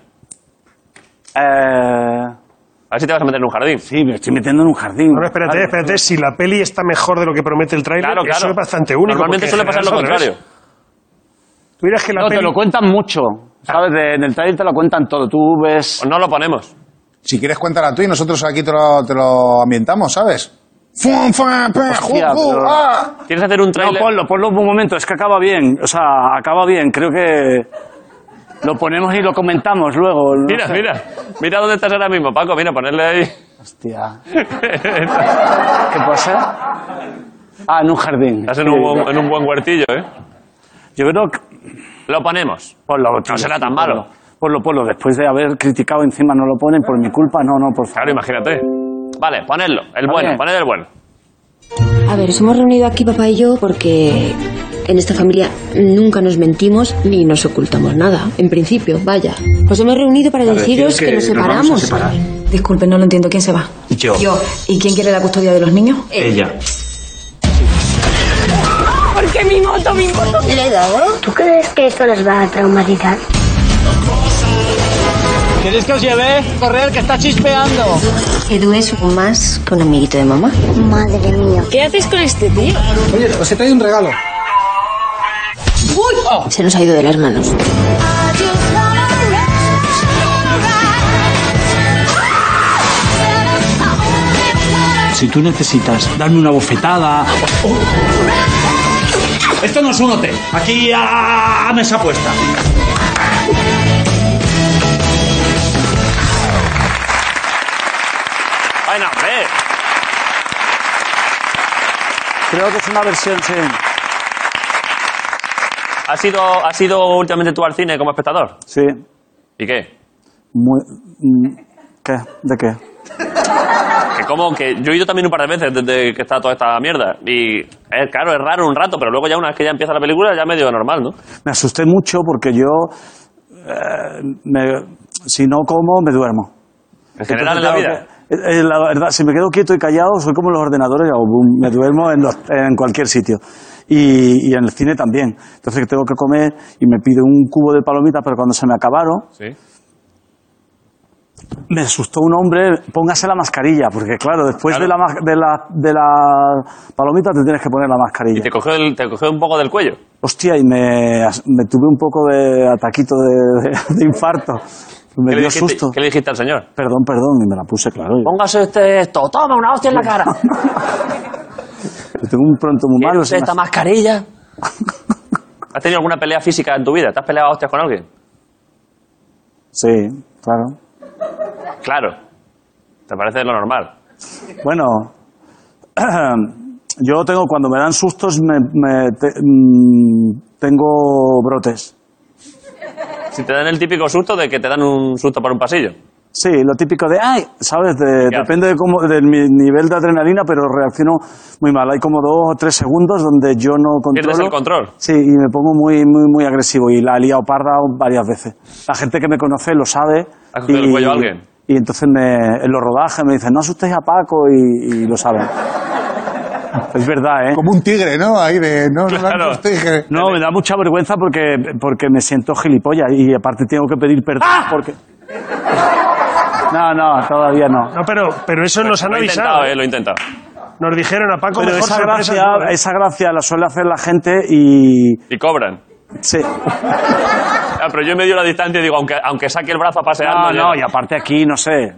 Speaker 7: Eh,
Speaker 2: A ver si te vas a meter en un jardín.
Speaker 7: sí, me estoy metiendo en un jardín.
Speaker 1: Bueno, espérate,
Speaker 7: Vale.
Speaker 1: espérate. Si la peli está mejor de lo que promete el tráiler,
Speaker 2: Claro, claro.
Speaker 1: eso es bastante único.
Speaker 2: Normalmente
Speaker 1: porque
Speaker 2: suele
Speaker 1: en
Speaker 2: pasar lo
Speaker 1: general es al
Speaker 2: contrario.
Speaker 1: revés. Tú dirás que la
Speaker 7: No,
Speaker 1: peli...
Speaker 7: te lo cuentan mucho. ¿Sabes? De- en el trailer te lo cuentan todo. Tú ves.
Speaker 2: Pues no lo ponemos.
Speaker 4: Si quieres, cuéntala tú y nosotros aquí te lo, te lo ambientamos, ¿sabes? Fum, fum, pum,
Speaker 7: Hostia,
Speaker 4: ju, ju,
Speaker 7: pero-
Speaker 4: ah.
Speaker 2: ¿Quieres hacer un
Speaker 7: No,
Speaker 2: tráiler?
Speaker 7: ponlo, ponlo un momento. Es que acaba bien. O sea, acaba bien. Creo que. Lo ponemos y lo comentamos luego. no
Speaker 2: mira,
Speaker 7: sé.
Speaker 2: mira. Mira dónde estás ahora mismo, Paco. Mira, ponerle ahí.
Speaker 7: Hostia. ¿Qué pasa? Ah, en un jardín.
Speaker 2: Estás en un, buen- en un buen huertillo, ¿eh?
Speaker 7: Yo creo que.
Speaker 2: Lo ponemos.
Speaker 7: Ponlo,
Speaker 2: No será tan malo.
Speaker 7: Ponlo, ponlo. Después de haber criticado encima no lo ponen por mi culpa. No, no, por favor.
Speaker 2: Claro, imagínate. Vale, ponedlo.
Speaker 7: Vale.
Speaker 2: El bueno, poned el bueno.
Speaker 6: A ver, os hemos reunido aquí papá y yo porque en esta familia nunca nos mentimos ni nos ocultamos nada. En principio, vaya. Os hemos reunido para deciros que, nos separamos.
Speaker 8: Disculpe, no lo entiendo. ¿Quién se va?
Speaker 9: Yo.
Speaker 8: Yo. ¿Y quién quiere la custodia de los niños?
Speaker 9: Ella.
Speaker 10: ¿Tú crees que esto les va a traumatizar?
Speaker 6: Edu es más que un amiguito de mamá.
Speaker 10: Madre mía.
Speaker 8: ¿Qué haces con este tío? oh,
Speaker 6: Se nos ha ido de las manos.
Speaker 9: Si tú necesitas darme una bofetada. oh. Esto no es un hotel. Aquí a, mesa puesta.
Speaker 2: ¡Ay, no, hombre!
Speaker 5: Creo que es una versión, sí.
Speaker 2: ¿Has ido, ¿Has ido últimamente tú al cine como espectador?
Speaker 5: Sí.
Speaker 2: ¿Y qué?
Speaker 5: Muy, mm, ¿Qué? ¿De qué?
Speaker 2: Que como que yo he ido también un par de veces desde que está toda esta mierda. Y eh, claro, es raro un rato, pero luego ya una vez que ya empieza la película ya medio normal, ¿no?
Speaker 5: Me asusté mucho porque yo, eh, me- si no como, me duermo.
Speaker 2: En general en la
Speaker 5: Entonces,
Speaker 2: vida.
Speaker 5: claro que- eh, eh, la verdad, si me quedo quieto y callado, soy como los ordenadores, hago boom, me duermo en, los- en cualquier sitio. Y, y en el cine también. Entonces que tengo que comer y me pido un cubo de palomitas, pero cuando se me acabaron,
Speaker 2: Sí.
Speaker 5: me asustó un hombre, póngase la mascarilla, porque claro, después
Speaker 2: Claro.
Speaker 5: De, la, mas- de, la, de la palomita te tienes que poner la
Speaker 2: Y
Speaker 5: mascarilla.
Speaker 2: te cogió, el- te cogió un poco del cuello.
Speaker 5: Hostia, y me, as- me tuve un poco de ataquito de, de- de infarto. Me
Speaker 2: ¿Qué le,
Speaker 5: dio
Speaker 2: dijiste,
Speaker 5: susto.
Speaker 2: qué le dijiste al señor?
Speaker 5: Perdón, perdón, y me la puse, claro. Yo
Speaker 7: Póngase este esto. Toma una hostia en la cara.
Speaker 5: tengo un pronto muy malo. se me hace-
Speaker 7: mascarilla.
Speaker 2: ¿Has tenido alguna pelea física en tu vida? ¿Te has peleado a hostias con alguien?
Speaker 5: Sí, claro.
Speaker 2: Claro. ¿Te parece lo normal?
Speaker 5: Bueno, yo tengo, cuando me dan sustos, me, me te- mm, tengo brotes.
Speaker 2: Si te dan el típico susto de que te dan un susto por un pasillo.
Speaker 5: Sí, lo típico de, ay, ¿sabes? De-
Speaker 2: Ya.
Speaker 5: Depende de, cómo, de mi nivel de adrenalina, pero reacciono muy mal. Hay como dos o tres segundos donde yo no controlo.
Speaker 2: Pierdes el control.
Speaker 5: Sí, y me pongo muy, muy, muy agresivo y la he liado parda varias veces. La gente que me conoce lo sabe.
Speaker 2: ¿Has cogido
Speaker 5: y-
Speaker 2: el cuello a alguien?
Speaker 5: Y entonces me, en los rodajes me dicen, no asustéis a Paco y, y lo saben. es verdad, ¿eh?
Speaker 4: Como un tigre, ¿no? Ahí de. No, no,
Speaker 2: Claro.
Speaker 4: no, este tigre.
Speaker 5: No, me da mucha vergüenza porque, porque me siento gilipollas y aparte tengo que pedir perdón porque... No, no, todavía no.
Speaker 1: No, pero, pero eso nos han
Speaker 2: Lo he
Speaker 1: avisado.
Speaker 2: intentado, eh, lo he intentado.
Speaker 1: Nos dijeron a Paco
Speaker 5: Pero
Speaker 1: mejor
Speaker 5: esa
Speaker 1: sorpresas
Speaker 5: gracia,
Speaker 1: no, ¿eh?
Speaker 5: esa gracia la suele hacer la gente y...
Speaker 2: Y cobran.
Speaker 5: Sí.
Speaker 2: Ah, pero yo me dio la distancia y digo, aunque, aunque saque el brazo a pasear...
Speaker 5: No,
Speaker 2: llega.
Speaker 5: no, y aparte aquí, no sé,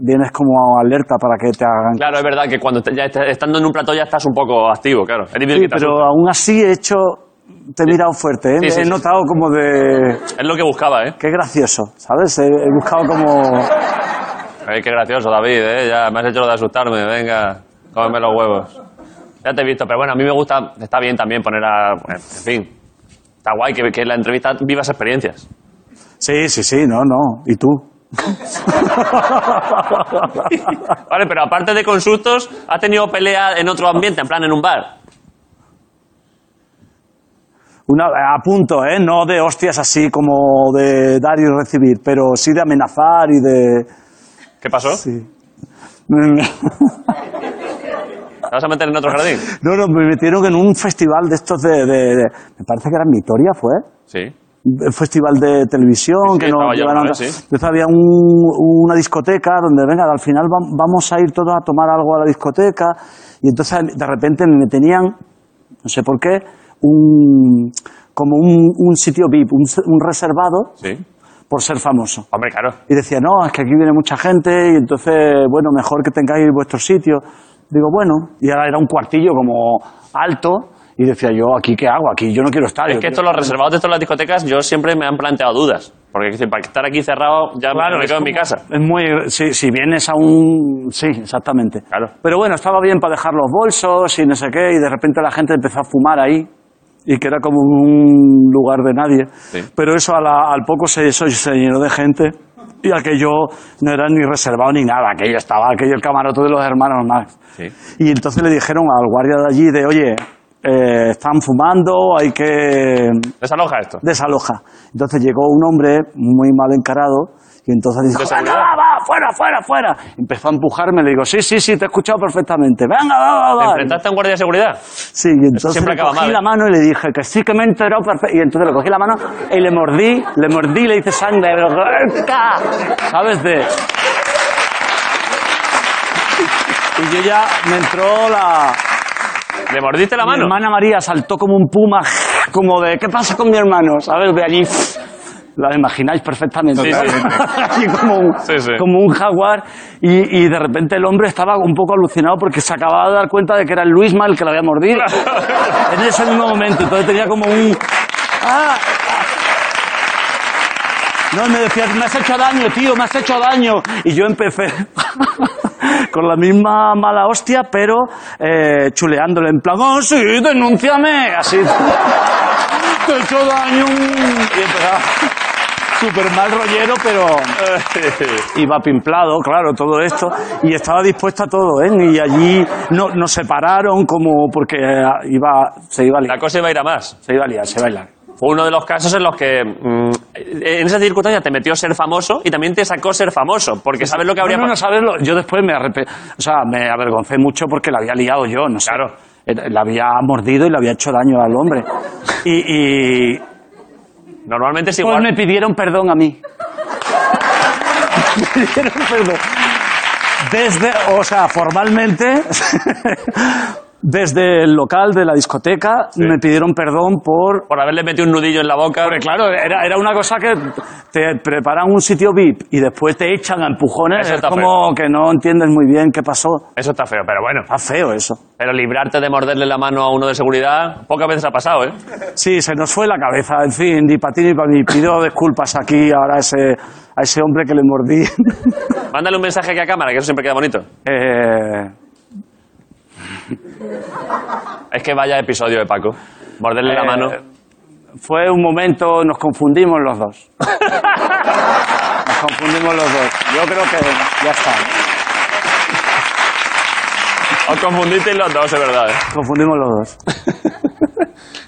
Speaker 5: vienes como alerta para que te hagan...
Speaker 2: Claro, es verdad que cuando te- ya est- estando en un plató ya estás un poco activo, claro. Es difícil
Speaker 5: Sí,
Speaker 2: que te
Speaker 5: pero aún así he hecho... Te he mirado fuerte, ¿eh?
Speaker 2: Sí, sí,
Speaker 5: he
Speaker 2: sí.
Speaker 5: notado como de...
Speaker 2: asustes. Es lo que buscaba, ¿eh?
Speaker 5: Qué gracioso, ¿sabes? He, he buscado como...
Speaker 2: Ay, qué gracioso, David, ¿eh? Ya me has hecho lo de asustarme. Venga, cómeme los huevos. Ya te he visto, pero bueno, a mí me gusta... Está bien también poner a... pues, En fin. Está guay que, que en la entrevista vivas experiencias.
Speaker 5: Sí, sí, sí, no, no. ¿Y tú?
Speaker 2: Vale, pero aparte de con sustos, ¿has tenido pelea en otro ambiente, en plan en un bar?
Speaker 5: Una, a punto, ¿eh? No de hostias así como de dar y recibir, pero sí Mm. de amenazar y de...
Speaker 2: ¿Qué pasó?
Speaker 5: Sí.
Speaker 2: ¿Te vas a meter en otro jardín?
Speaker 5: No, no, me metieron en un festival de estos de... de- de- me parece que era en Vitoria, ¿fue?
Speaker 2: Sí.
Speaker 5: Un festival de televisión
Speaker 2: Sí,
Speaker 5: que
Speaker 2: estaba
Speaker 5: nos
Speaker 2: yo
Speaker 5: llevaron...
Speaker 2: alguna vez, sí.
Speaker 5: Entonces había un- una discoteca donde, venga, al final vam- vamos a ir todos a tomar algo a la discoteca. Y entonces de repente me tenían, no sé por qué, un, como un, un sitio VIP, un, se- un reservado
Speaker 2: Sí.
Speaker 5: por ser famoso.
Speaker 2: Hombre, claro.
Speaker 5: Y decía, no, es que aquí viene mucha gente y entonces, bueno, mejor que tengáis vuestro sitio. Digo, bueno, y ahora era un cuartillo como alto y decía yo, ¿aquí qué hago? Aquí yo no quiero estar.
Speaker 2: Es
Speaker 5: yo
Speaker 2: que
Speaker 5: quiero
Speaker 2: esto, los
Speaker 5: estar en-
Speaker 2: reservados de todas las discotecas, yo siempre me han planteado dudas. Porque quiero decir, para estar aquí cerrado, ya me
Speaker 5: es
Speaker 2: quedo en mi
Speaker 5: como-
Speaker 2: casa.
Speaker 5: Es muy, si, si vienes a un... Sí, exactamente.
Speaker 2: Claro.
Speaker 5: Pero bueno, estaba bien para dejar los bolsos y no sé qué, y de repente la gente empezó a fumar ahí, y que era como un lugar de nadie. Pero eso a la- al poco se, eso se llenó de gente, y aquello no era ni reservado ni nada, aquello estaba, aquello el camarote de los hermanos Max.
Speaker 2: Sí.
Speaker 5: Y entonces le dijeron al guardia de allí de, oye, eh, están fumando, hay que
Speaker 2: Desaloja esto.
Speaker 5: desaloja. Entonces llegó un hombre muy mal encarado y entonces dijo,
Speaker 2: ¿De
Speaker 5: venga,
Speaker 2: seguridad?
Speaker 5: va, va, fuera, fuera, fuera. Empezó a empujarme, le digo, sí, sí, sí, te he escuchado perfectamente, venga, va, va,
Speaker 2: ¿Te
Speaker 5: va.
Speaker 2: enfrentaste a un guardia de seguridad?
Speaker 5: Sí, y entonces
Speaker 2: siempre
Speaker 5: le
Speaker 2: acaba
Speaker 5: cogí
Speaker 2: mal, ¿eh?
Speaker 5: la mano y le dije que sí que me he enterado perfecto. Y entonces le cogí la mano y le mordí, le mordí y le hice sangre. Pero, ¡ca! ¿Sabes? De... Y yo ya me entró la...
Speaker 2: ¿Le mordiste la
Speaker 5: Mi
Speaker 2: mano?
Speaker 5: hermana María saltó como un puma, como de, ¿qué pasa con mi hermano? ¿Sabes? De allí. La imagináis perfectamente.
Speaker 2: Sí, sí.
Speaker 5: Así como un,
Speaker 2: Sí, sí.
Speaker 5: como un jaguar. Y, y de repente el hombre estaba un poco alucinado porque se acababa de dar cuenta de que era el Luisma el que la había mordido. en ese mismo momento. Entonces tenía como un. ¡Ah! No, me decía, me has hecho daño, tío, me has hecho daño. Y yo empecé con la misma mala hostia, pero eh, chuleándole en plan, oh, sí, denúnciame. Así, te he hecho daño. Y empezaba súper mal rollero, pero iba pimplado, claro, todo esto. Y estaba dispuesta a todo, ¿eh? Y allí no, nos separaron como porque eh, iba, se iba a
Speaker 2: La
Speaker 5: liar.
Speaker 2: cosa iba a ir a más.
Speaker 5: Se iba a liar, se iba a liar.
Speaker 2: Fue uno de los casos en los que, mm, en esa circunstancia, te metió ser famoso y también te sacó ser famoso. Porque sabes lo que habría
Speaker 5: No, no, no,
Speaker 2: pasado.
Speaker 5: sabes lo- Yo después me, arrepe- o sea, me avergoncé mucho porque la había liado yo, no sé. Claro. La había mordido y le había hecho daño al hombre. Y, y
Speaker 2: Normalmente es
Speaker 5: pues
Speaker 2: igual.
Speaker 5: me pidieron perdón a mí. me pidieron perdón. Desde, o sea, formalmente, desde el local de la discoteca me pidieron perdón por
Speaker 2: Por haberle metido un nudillo en la boca.
Speaker 5: Hombre, claro, era, era una cosa que te preparan un sitio VIP y después te echan a empujones.
Speaker 2: Eso
Speaker 5: Es
Speaker 2: está
Speaker 5: como que no entiendes muy bien qué pasó.
Speaker 2: Eso está feo, pero bueno.
Speaker 5: Está feo eso.
Speaker 2: Pero librarte de morderle la mano a uno de seguridad, pocas veces ha pasado, ¿eh?
Speaker 5: Sí, se nos fue la cabeza. En fin, ni patín ni para mí. Pido disculpas aquí ahora a ese, a ese hombre que le mordí.
Speaker 2: Mándale un mensaje aquí a cámara, que eso siempre queda bonito.
Speaker 5: Eh,
Speaker 2: Es que vaya episodio de Paco. Morderle la
Speaker 5: Eh,
Speaker 2: mano.
Speaker 5: fue un momento, nos confundimos los dos. Nos confundimos los dos. Yo creo que ya está.
Speaker 2: Os confundisteis los dos, es verdad. ¿eh?
Speaker 5: Confundimos los dos.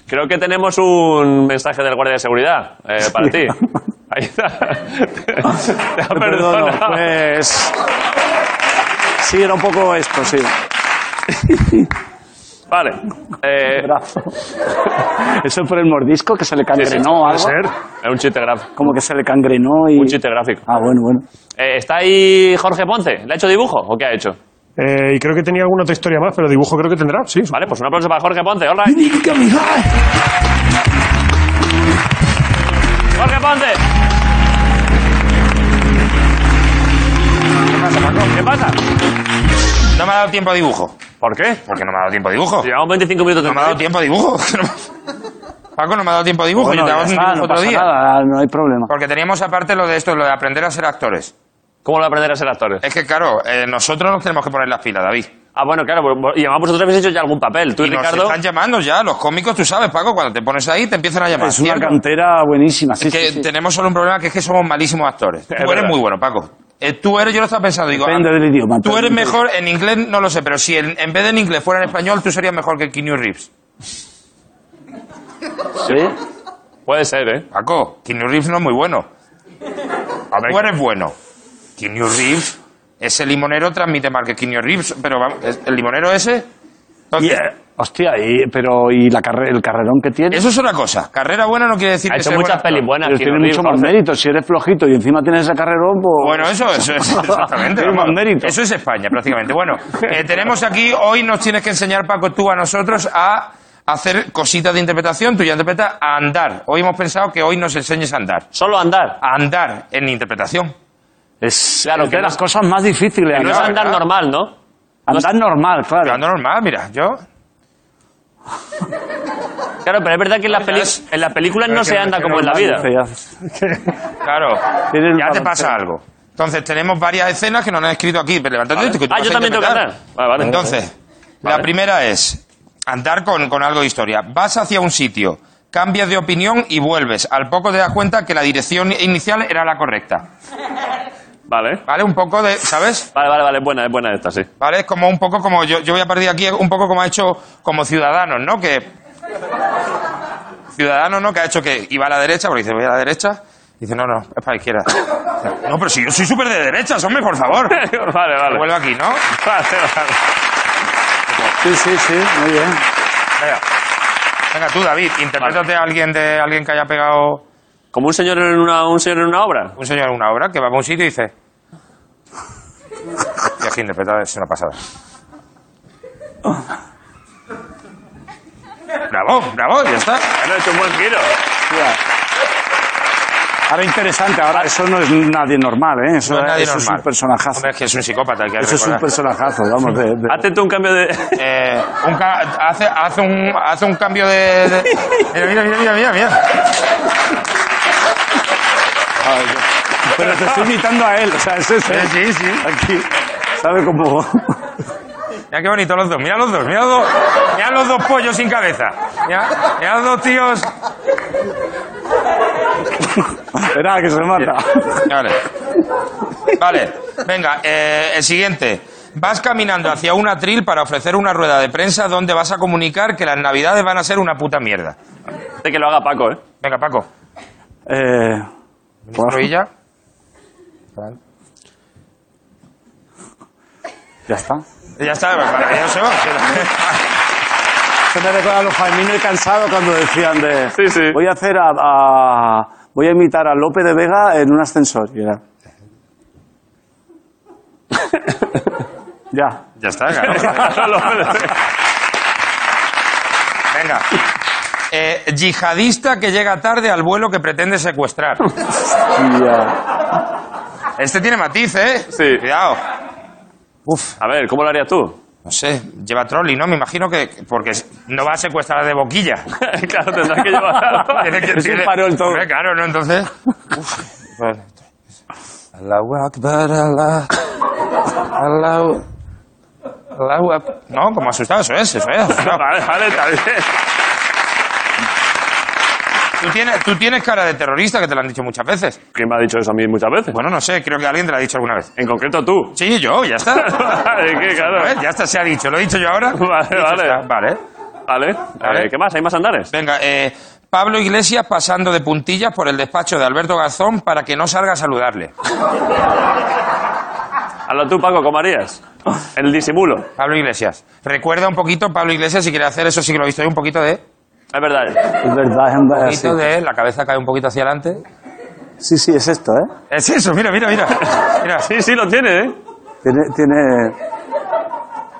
Speaker 2: Creo que tenemos un mensaje del guardia de seguridad eh, para
Speaker 5: Sí.
Speaker 2: ti. Ahí está. Te, te ha
Speaker 5: Te perdono,
Speaker 2: perdonado.
Speaker 5: pues. Sí, era un poco esto, sí.
Speaker 2: Vale. Eh,
Speaker 5: Brazo. Eso por el mordisco que se le
Speaker 2: sí, sí.
Speaker 5: cangrenó
Speaker 2: Puede
Speaker 5: algo.
Speaker 2: ser. Es un chiste gráfico.
Speaker 5: Como que se le cangrenó y.
Speaker 2: Un chiste gráfico.
Speaker 5: Ah, bueno, bueno.
Speaker 2: Eh, ¿Está ahí Jorge Ponce? ¿Le ha hecho dibujo o qué ha hecho?
Speaker 1: Eh, y creo que tenía alguna otra historia más, pero dibujo creo que tendrá, sí.
Speaker 2: Vale, pues un aplauso para Jorge Ponce. Hola, Jorge Ponce.
Speaker 11: ¿Qué pasa, Paco?
Speaker 2: ¿Qué pasa?
Speaker 11: No me ha dado tiempo a dibujo.
Speaker 2: ¿Por qué?
Speaker 11: Porque no me ha dado tiempo a dibujo.
Speaker 2: Llevamos 25 minutos de
Speaker 11: No me ha dado tiempo a dibujo. Paco, no me ha dado tiempo a dibujo.
Speaker 5: Bueno,
Speaker 11: Yo te hago
Speaker 5: ya
Speaker 11: un
Speaker 5: está,
Speaker 11: dibujo
Speaker 5: no
Speaker 11: otro
Speaker 5: pasa
Speaker 11: día.
Speaker 5: nada, no hay problema.
Speaker 11: Porque teníamos aparte lo de esto, lo de aprender a ser actores.
Speaker 2: ¿Cómo lo aprender a ser actores?
Speaker 11: Es que, claro, eh, nosotros nos tenemos que poner las pilas, David.
Speaker 2: Ah, bueno, claro, vos- vos- y además vosotros habéis hecho ya algún papel. Tú y,
Speaker 11: Y nos
Speaker 2: Ricardo.
Speaker 11: están llamando ya. Los cómicos, tú sabes, Paco, cuando te pones ahí te empiezan a llamar.
Speaker 5: Es una
Speaker 11: ¿cierto?
Speaker 5: cantera buenísima, sí,
Speaker 11: Es que
Speaker 5: sí, sí.
Speaker 11: tenemos solo un problema, que es que somos malísimos actores. Tú
Speaker 2: Es
Speaker 11: eres
Speaker 2: verdad.
Speaker 11: muy bueno, Paco. Eh, tú eres, yo lo estaba pensando, digo...
Speaker 5: Depende
Speaker 11: ah,
Speaker 5: del idioma,
Speaker 11: Tú eres
Speaker 5: depende.
Speaker 11: mejor en inglés, no lo sé, pero si en, en vez de en inglés fuera en español, tú serías mejor que Keanu Reeves.
Speaker 5: ¿Sí?
Speaker 2: Puede ser, ¿eh?
Speaker 11: Paco, Keanu Reeves no es muy bueno.
Speaker 2: A ver,
Speaker 11: Tú eres bueno. Keanu Reeves Ese limonero transmite más que Quinio Reeves, pero vamos, es- el limonero ese.
Speaker 7: Y, eh, hostia, y, pero ¿y la carre- el carrerón que tiene?
Speaker 11: Eso es una cosa. Carrera buena no quiere decir que sea buena actor.
Speaker 7: Pero tiene mucho más mérito. Si eres flojito y encima tienes ese carrerón, pues...
Speaker 11: Bueno, eso, eso es exactamente.
Speaker 7: Tiene más
Speaker 11: vamos.
Speaker 7: mérito.
Speaker 11: Eso es España, prácticamente. Bueno, eh, tenemos aquí, hoy nos tienes que enseñar, Paco, tú a nosotros a hacer cositas de interpretación. Tú ya interpretas a andar. Hoy hemos pensado que hoy nos enseñes a andar.
Speaker 2: ¿Solo andar?
Speaker 11: A andar en interpretación.
Speaker 7: Es,
Speaker 11: Claro,
Speaker 7: es
Speaker 11: que
Speaker 7: de
Speaker 11: no-
Speaker 7: las cosas más difíciles.
Speaker 11: que no es andar normal,
Speaker 2: ¿no?
Speaker 7: Andar normal, claro.
Speaker 11: Andar normal, mira, yo...
Speaker 2: Claro, pero es verdad que en las, peli- en las películas no se anda como en la vida.
Speaker 11: Claro,
Speaker 2: Tienes
Speaker 11: ya te
Speaker 2: razón.
Speaker 11: pasa algo. Entonces, tenemos varias escenas que nos han escrito aquí. Pero levantad
Speaker 2: Vale.
Speaker 11: esto, que tú
Speaker 2: Ah,
Speaker 11: vas
Speaker 2: yo
Speaker 11: a
Speaker 2: también tengo que
Speaker 11: interpretar.
Speaker 2: andar. Vale, vale.
Speaker 11: Entonces, la
Speaker 2: Vale.
Speaker 11: primera es andar con, con algo de historia. Vas hacia un sitio, cambias de opinión y vuelves. Al poco te das cuenta que la dirección inicial era la correcta.
Speaker 2: Vale.
Speaker 11: Vale, un poco de, ¿sabes?
Speaker 2: Vale, vale, vale, es buena, es buena esta, sí.
Speaker 11: Vale, es como un poco como yo, yo voy a partir aquí, un poco como ha hecho como Ciudadanos, ¿no? Que. Ciudadanos, ¿no? Que ha hecho que iba a la derecha, porque dice, voy a la derecha. Dice, no, no, es para la izquierda. No, pero si yo soy súper de derechas, hombre, por favor.
Speaker 2: vale, vale.
Speaker 11: Vuelvo aquí, ¿no?
Speaker 2: Vale, vale.
Speaker 7: Sí, sí, sí, muy bien.
Speaker 11: Venga, Venga tú, David, interprétate a alguien de alguien que haya pegado
Speaker 2: Como un señor en una, un señor en una obra.
Speaker 11: un señor en una obra, que va a un sitio y dice. Y aquí interpreta es una pasada. Bravo, bravo, ya está.
Speaker 2: Bueno, es un buen giro.
Speaker 7: Ahora interesante, ahora eso no es nadie normal, ¿eh? Eso,
Speaker 11: No es nadie
Speaker 7: eso es
Speaker 11: normal.
Speaker 7: un personajazo.
Speaker 11: Hombre, es que es un psicópata. hay que
Speaker 7: Eso es un
Speaker 11: recordar.
Speaker 7: personajazo, vamos, de, de-
Speaker 2: Hazte tú un cambio de.
Speaker 11: Eh, un ca- hace, hace, un, hace un cambio de. de- Mira, mira, mira, mira, mira, mira.
Speaker 7: Pero te estoy imitando a él, o sea, es ese.
Speaker 11: Sí, sí, sí.
Speaker 7: Aquí, ¿sabe cómo?
Speaker 11: Mira qué bonito los dos, mira los dos, mira los dos, mira los dos pollos sin cabeza. Mira, mira los dos tíos.
Speaker 7: Verá que se mata.
Speaker 11: Vale. Vale, venga, eh, el siguiente. Vas caminando hacia un atril para ofrecer una rueda de prensa donde vas a comunicar que las navidades van a ser una puta mierda.
Speaker 2: De que lo haga Paco, ¿eh?
Speaker 11: Venga, Paco.
Speaker 7: Eh,
Speaker 11: Ministro Illa.
Speaker 7: ya está.
Speaker 11: Ya está, para que no se va.
Speaker 7: Se me recuerda a los Jaimino y Cansado cuando decían de...
Speaker 2: Sí, sí.
Speaker 7: Voy a hacer a, a- Voy a imitar a Lope de Vega en un ascensor. y era- ya.
Speaker 11: Ya está, claro. Venga. Eh, yihadista que llega tarde al vuelo que pretende secuestrar.
Speaker 7: Y ya.
Speaker 11: Este tiene matiz, ¿eh?
Speaker 2: Sí.
Speaker 11: Cuidado.
Speaker 2: A ver, ¿cómo lo harías tú?
Speaker 11: No sé, lleva trolley, ¿no? Me imagino que... Porque no va a secuestrar de boquilla.
Speaker 2: claro, tendrás que llevar.
Speaker 11: Tiene que-
Speaker 7: Es un
Speaker 11: tiene-
Speaker 7: farol todo.
Speaker 11: Hombre, claro, ¿no? Entonces... Uf, vale. Allahu Akbar, Allah, Allahu- Allahu Akbar. No, como asustado, eso es, eso es. asustado.
Speaker 2: vale, vale, está bien.
Speaker 11: Tú tienes, tú tienes cara de terrorista, que te lo han dicho muchas veces.
Speaker 2: ¿Quién me ha dicho eso a mí muchas veces?
Speaker 11: Bueno, no sé, creo que alguien te lo ha dicho alguna vez.
Speaker 2: En concreto tú.
Speaker 11: Sí, yo, ya está.
Speaker 2: Vale, ¿qué, claro?
Speaker 11: A ver, ya está, se ha dicho. ¿Lo he dicho yo ahora?
Speaker 2: Vale,
Speaker 11: Dicho
Speaker 2: vale.
Speaker 11: está, Vale.
Speaker 2: Vale.
Speaker 11: Vale.
Speaker 2: Eh, ¿Qué más? ¿Hay más andares?
Speaker 11: Venga, eh, Pablo Iglesias pasando de puntillas por el despacho de Alberto Garzón para que no salga a saludarle.
Speaker 2: Hazlo tú, Paco, ¿cómo harías? El disimulo.
Speaker 11: Pablo Iglesias. Recuerda un poquito, Pablo Iglesias, si quiere hacer eso, sí que lo he visto yo, un poquito de...
Speaker 2: Es verdad.
Speaker 5: Es verdad, es
Speaker 11: Un
Speaker 2: Ah,
Speaker 5: verdad,
Speaker 11: poquito de... La cabeza cae un poquito hacia adelante.
Speaker 5: Sí, sí, es esto, ¿eh?
Speaker 11: Es eso, mira, mira, mira. Mira,
Speaker 2: Ah, Sí, sí, lo tiene, ¿eh?
Speaker 5: Tiene, tiene,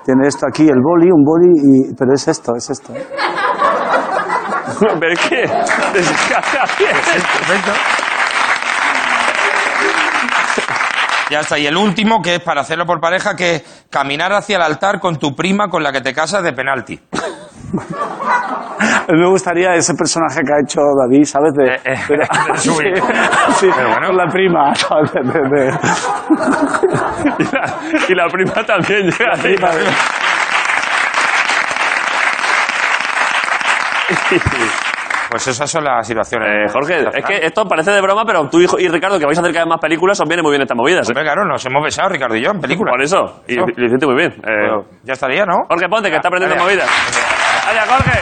Speaker 5: tiene esto aquí, el boli, un boli, y, pero es esto, es esto. ¿eh?
Speaker 2: ¿Pero qué?
Speaker 11: perfecto. Ya está. Y el último, que es para hacerlo por pareja, que es caminar hacia el altar con tu prima con la que te casas de penalti.
Speaker 5: A mí me gustaría ese personaje que ha hecho David, ¿sabes? De,
Speaker 11: Eh, eh,
Speaker 5: de-
Speaker 11: de Sui.
Speaker 5: sí,
Speaker 11: Pero bueno.
Speaker 5: con la prima, ¿sabes? De- de- de-
Speaker 2: y, la, y la prima también llega. ahí.
Speaker 11: Pues esas son las situaciones.
Speaker 2: Eh, Jorge, es que esto parece de broma, pero tú hijo- y Ricardo, que vais a hacer cada vez más películas, os viene muy bien estas movidas. ¿eh?
Speaker 11: Hombre, claro, nos hemos besado, Ricardo y yo, en película.
Speaker 2: Por eso. Y, y lo hiciste muy bien. Eh,
Speaker 11: Bueno, ya estaría, ¿no?
Speaker 2: Jorge, ponte, que está aprendiendo
Speaker 11: Vaya.
Speaker 2: movidas. ¡Vaya, Jorge!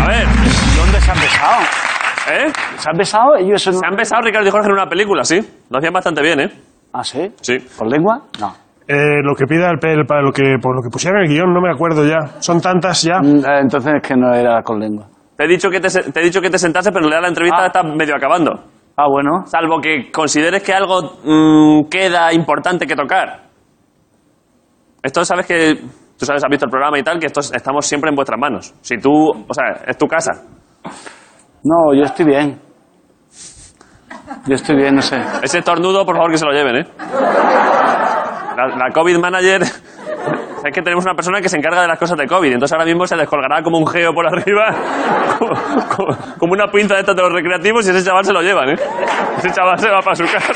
Speaker 2: A ver,
Speaker 7: ¿Dónde se han dejado?
Speaker 2: ¿Eh?
Speaker 5: ¿Se han besado ellos?
Speaker 2: Se han besado Ricardo y Jorge en una película, sí. Lo hacían bastante bien, ¿eh?
Speaker 5: ¿Ah, sí?
Speaker 2: Sí.
Speaker 5: ¿Con lengua? No.
Speaker 1: Eh, lo que pida el pel- para lo que, por lo que pusieron el guión, no me acuerdo ya. Son tantas ya.
Speaker 5: Mm, eh, Entonces es que no era con lengua.
Speaker 2: Te he dicho que te, se- te he dicho que te sentase, pero en realidad la entrevista está medio acabando.
Speaker 5: Ah, bueno.
Speaker 2: Salvo que consideres que algo mm, queda importante que tocar. Esto sabes que... Tú sabes, has visto el programa y tal, que esto es- estamos siempre en vuestras manos. Si tú... O sea, es tu casa.
Speaker 5: No, yo estoy bien. Yo estoy bien, no sé.
Speaker 2: Ese tornudo, por favor, que se lo lleven, ¿eh? La, la COVID manager... Es que tenemos una persona que se encarga de las cosas de COVID, entonces ahora mismo se descolgará como un geo por arriba, como, como- como una pinza de estas de los recreativos, y ese chaval se lo llevan, ¿eh? Ese chaval se va para su casa.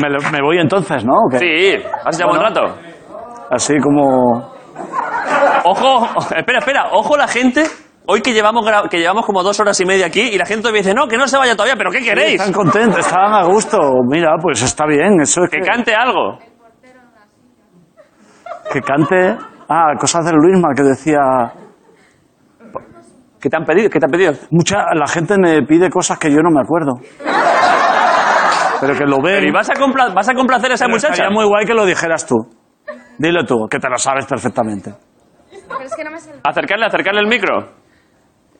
Speaker 5: Me, lo- me voy entonces, ¿no? ¿O qué?
Speaker 2: Sí, has echado
Speaker 5: Bueno.
Speaker 2: un rato.
Speaker 5: Así como...
Speaker 2: Ojo, espera, espera, ojo la gente. Hoy que llevamos, gra- que llevamos como dos horas y media aquí y la gente todavía dice, no, que no se vaya todavía, pero ¿qué
Speaker 5: Sí,
Speaker 2: queréis?
Speaker 5: Están contentos, estaban a gusto. Mira, pues está bien. Eso es
Speaker 2: Que
Speaker 5: que,
Speaker 2: cante algo.
Speaker 5: que cante... Ah, cosas del Luisma que decía...
Speaker 2: ¿Qué te han pedido? ¿Qué te han pedido?
Speaker 5: Mucha, la gente me pide cosas que yo no me acuerdo. Pero que lo
Speaker 2: Pero ¿y
Speaker 5: ven.
Speaker 2: vas a, compla- vas a complacer a esa
Speaker 5: Pero
Speaker 2: muchacha?
Speaker 5: Estaría muy guay que lo dijeras tú. Dilo tú, que te lo sabes perfectamente.
Speaker 12: Pero es que no me sale.
Speaker 2: Acercarle, acercarle el micro.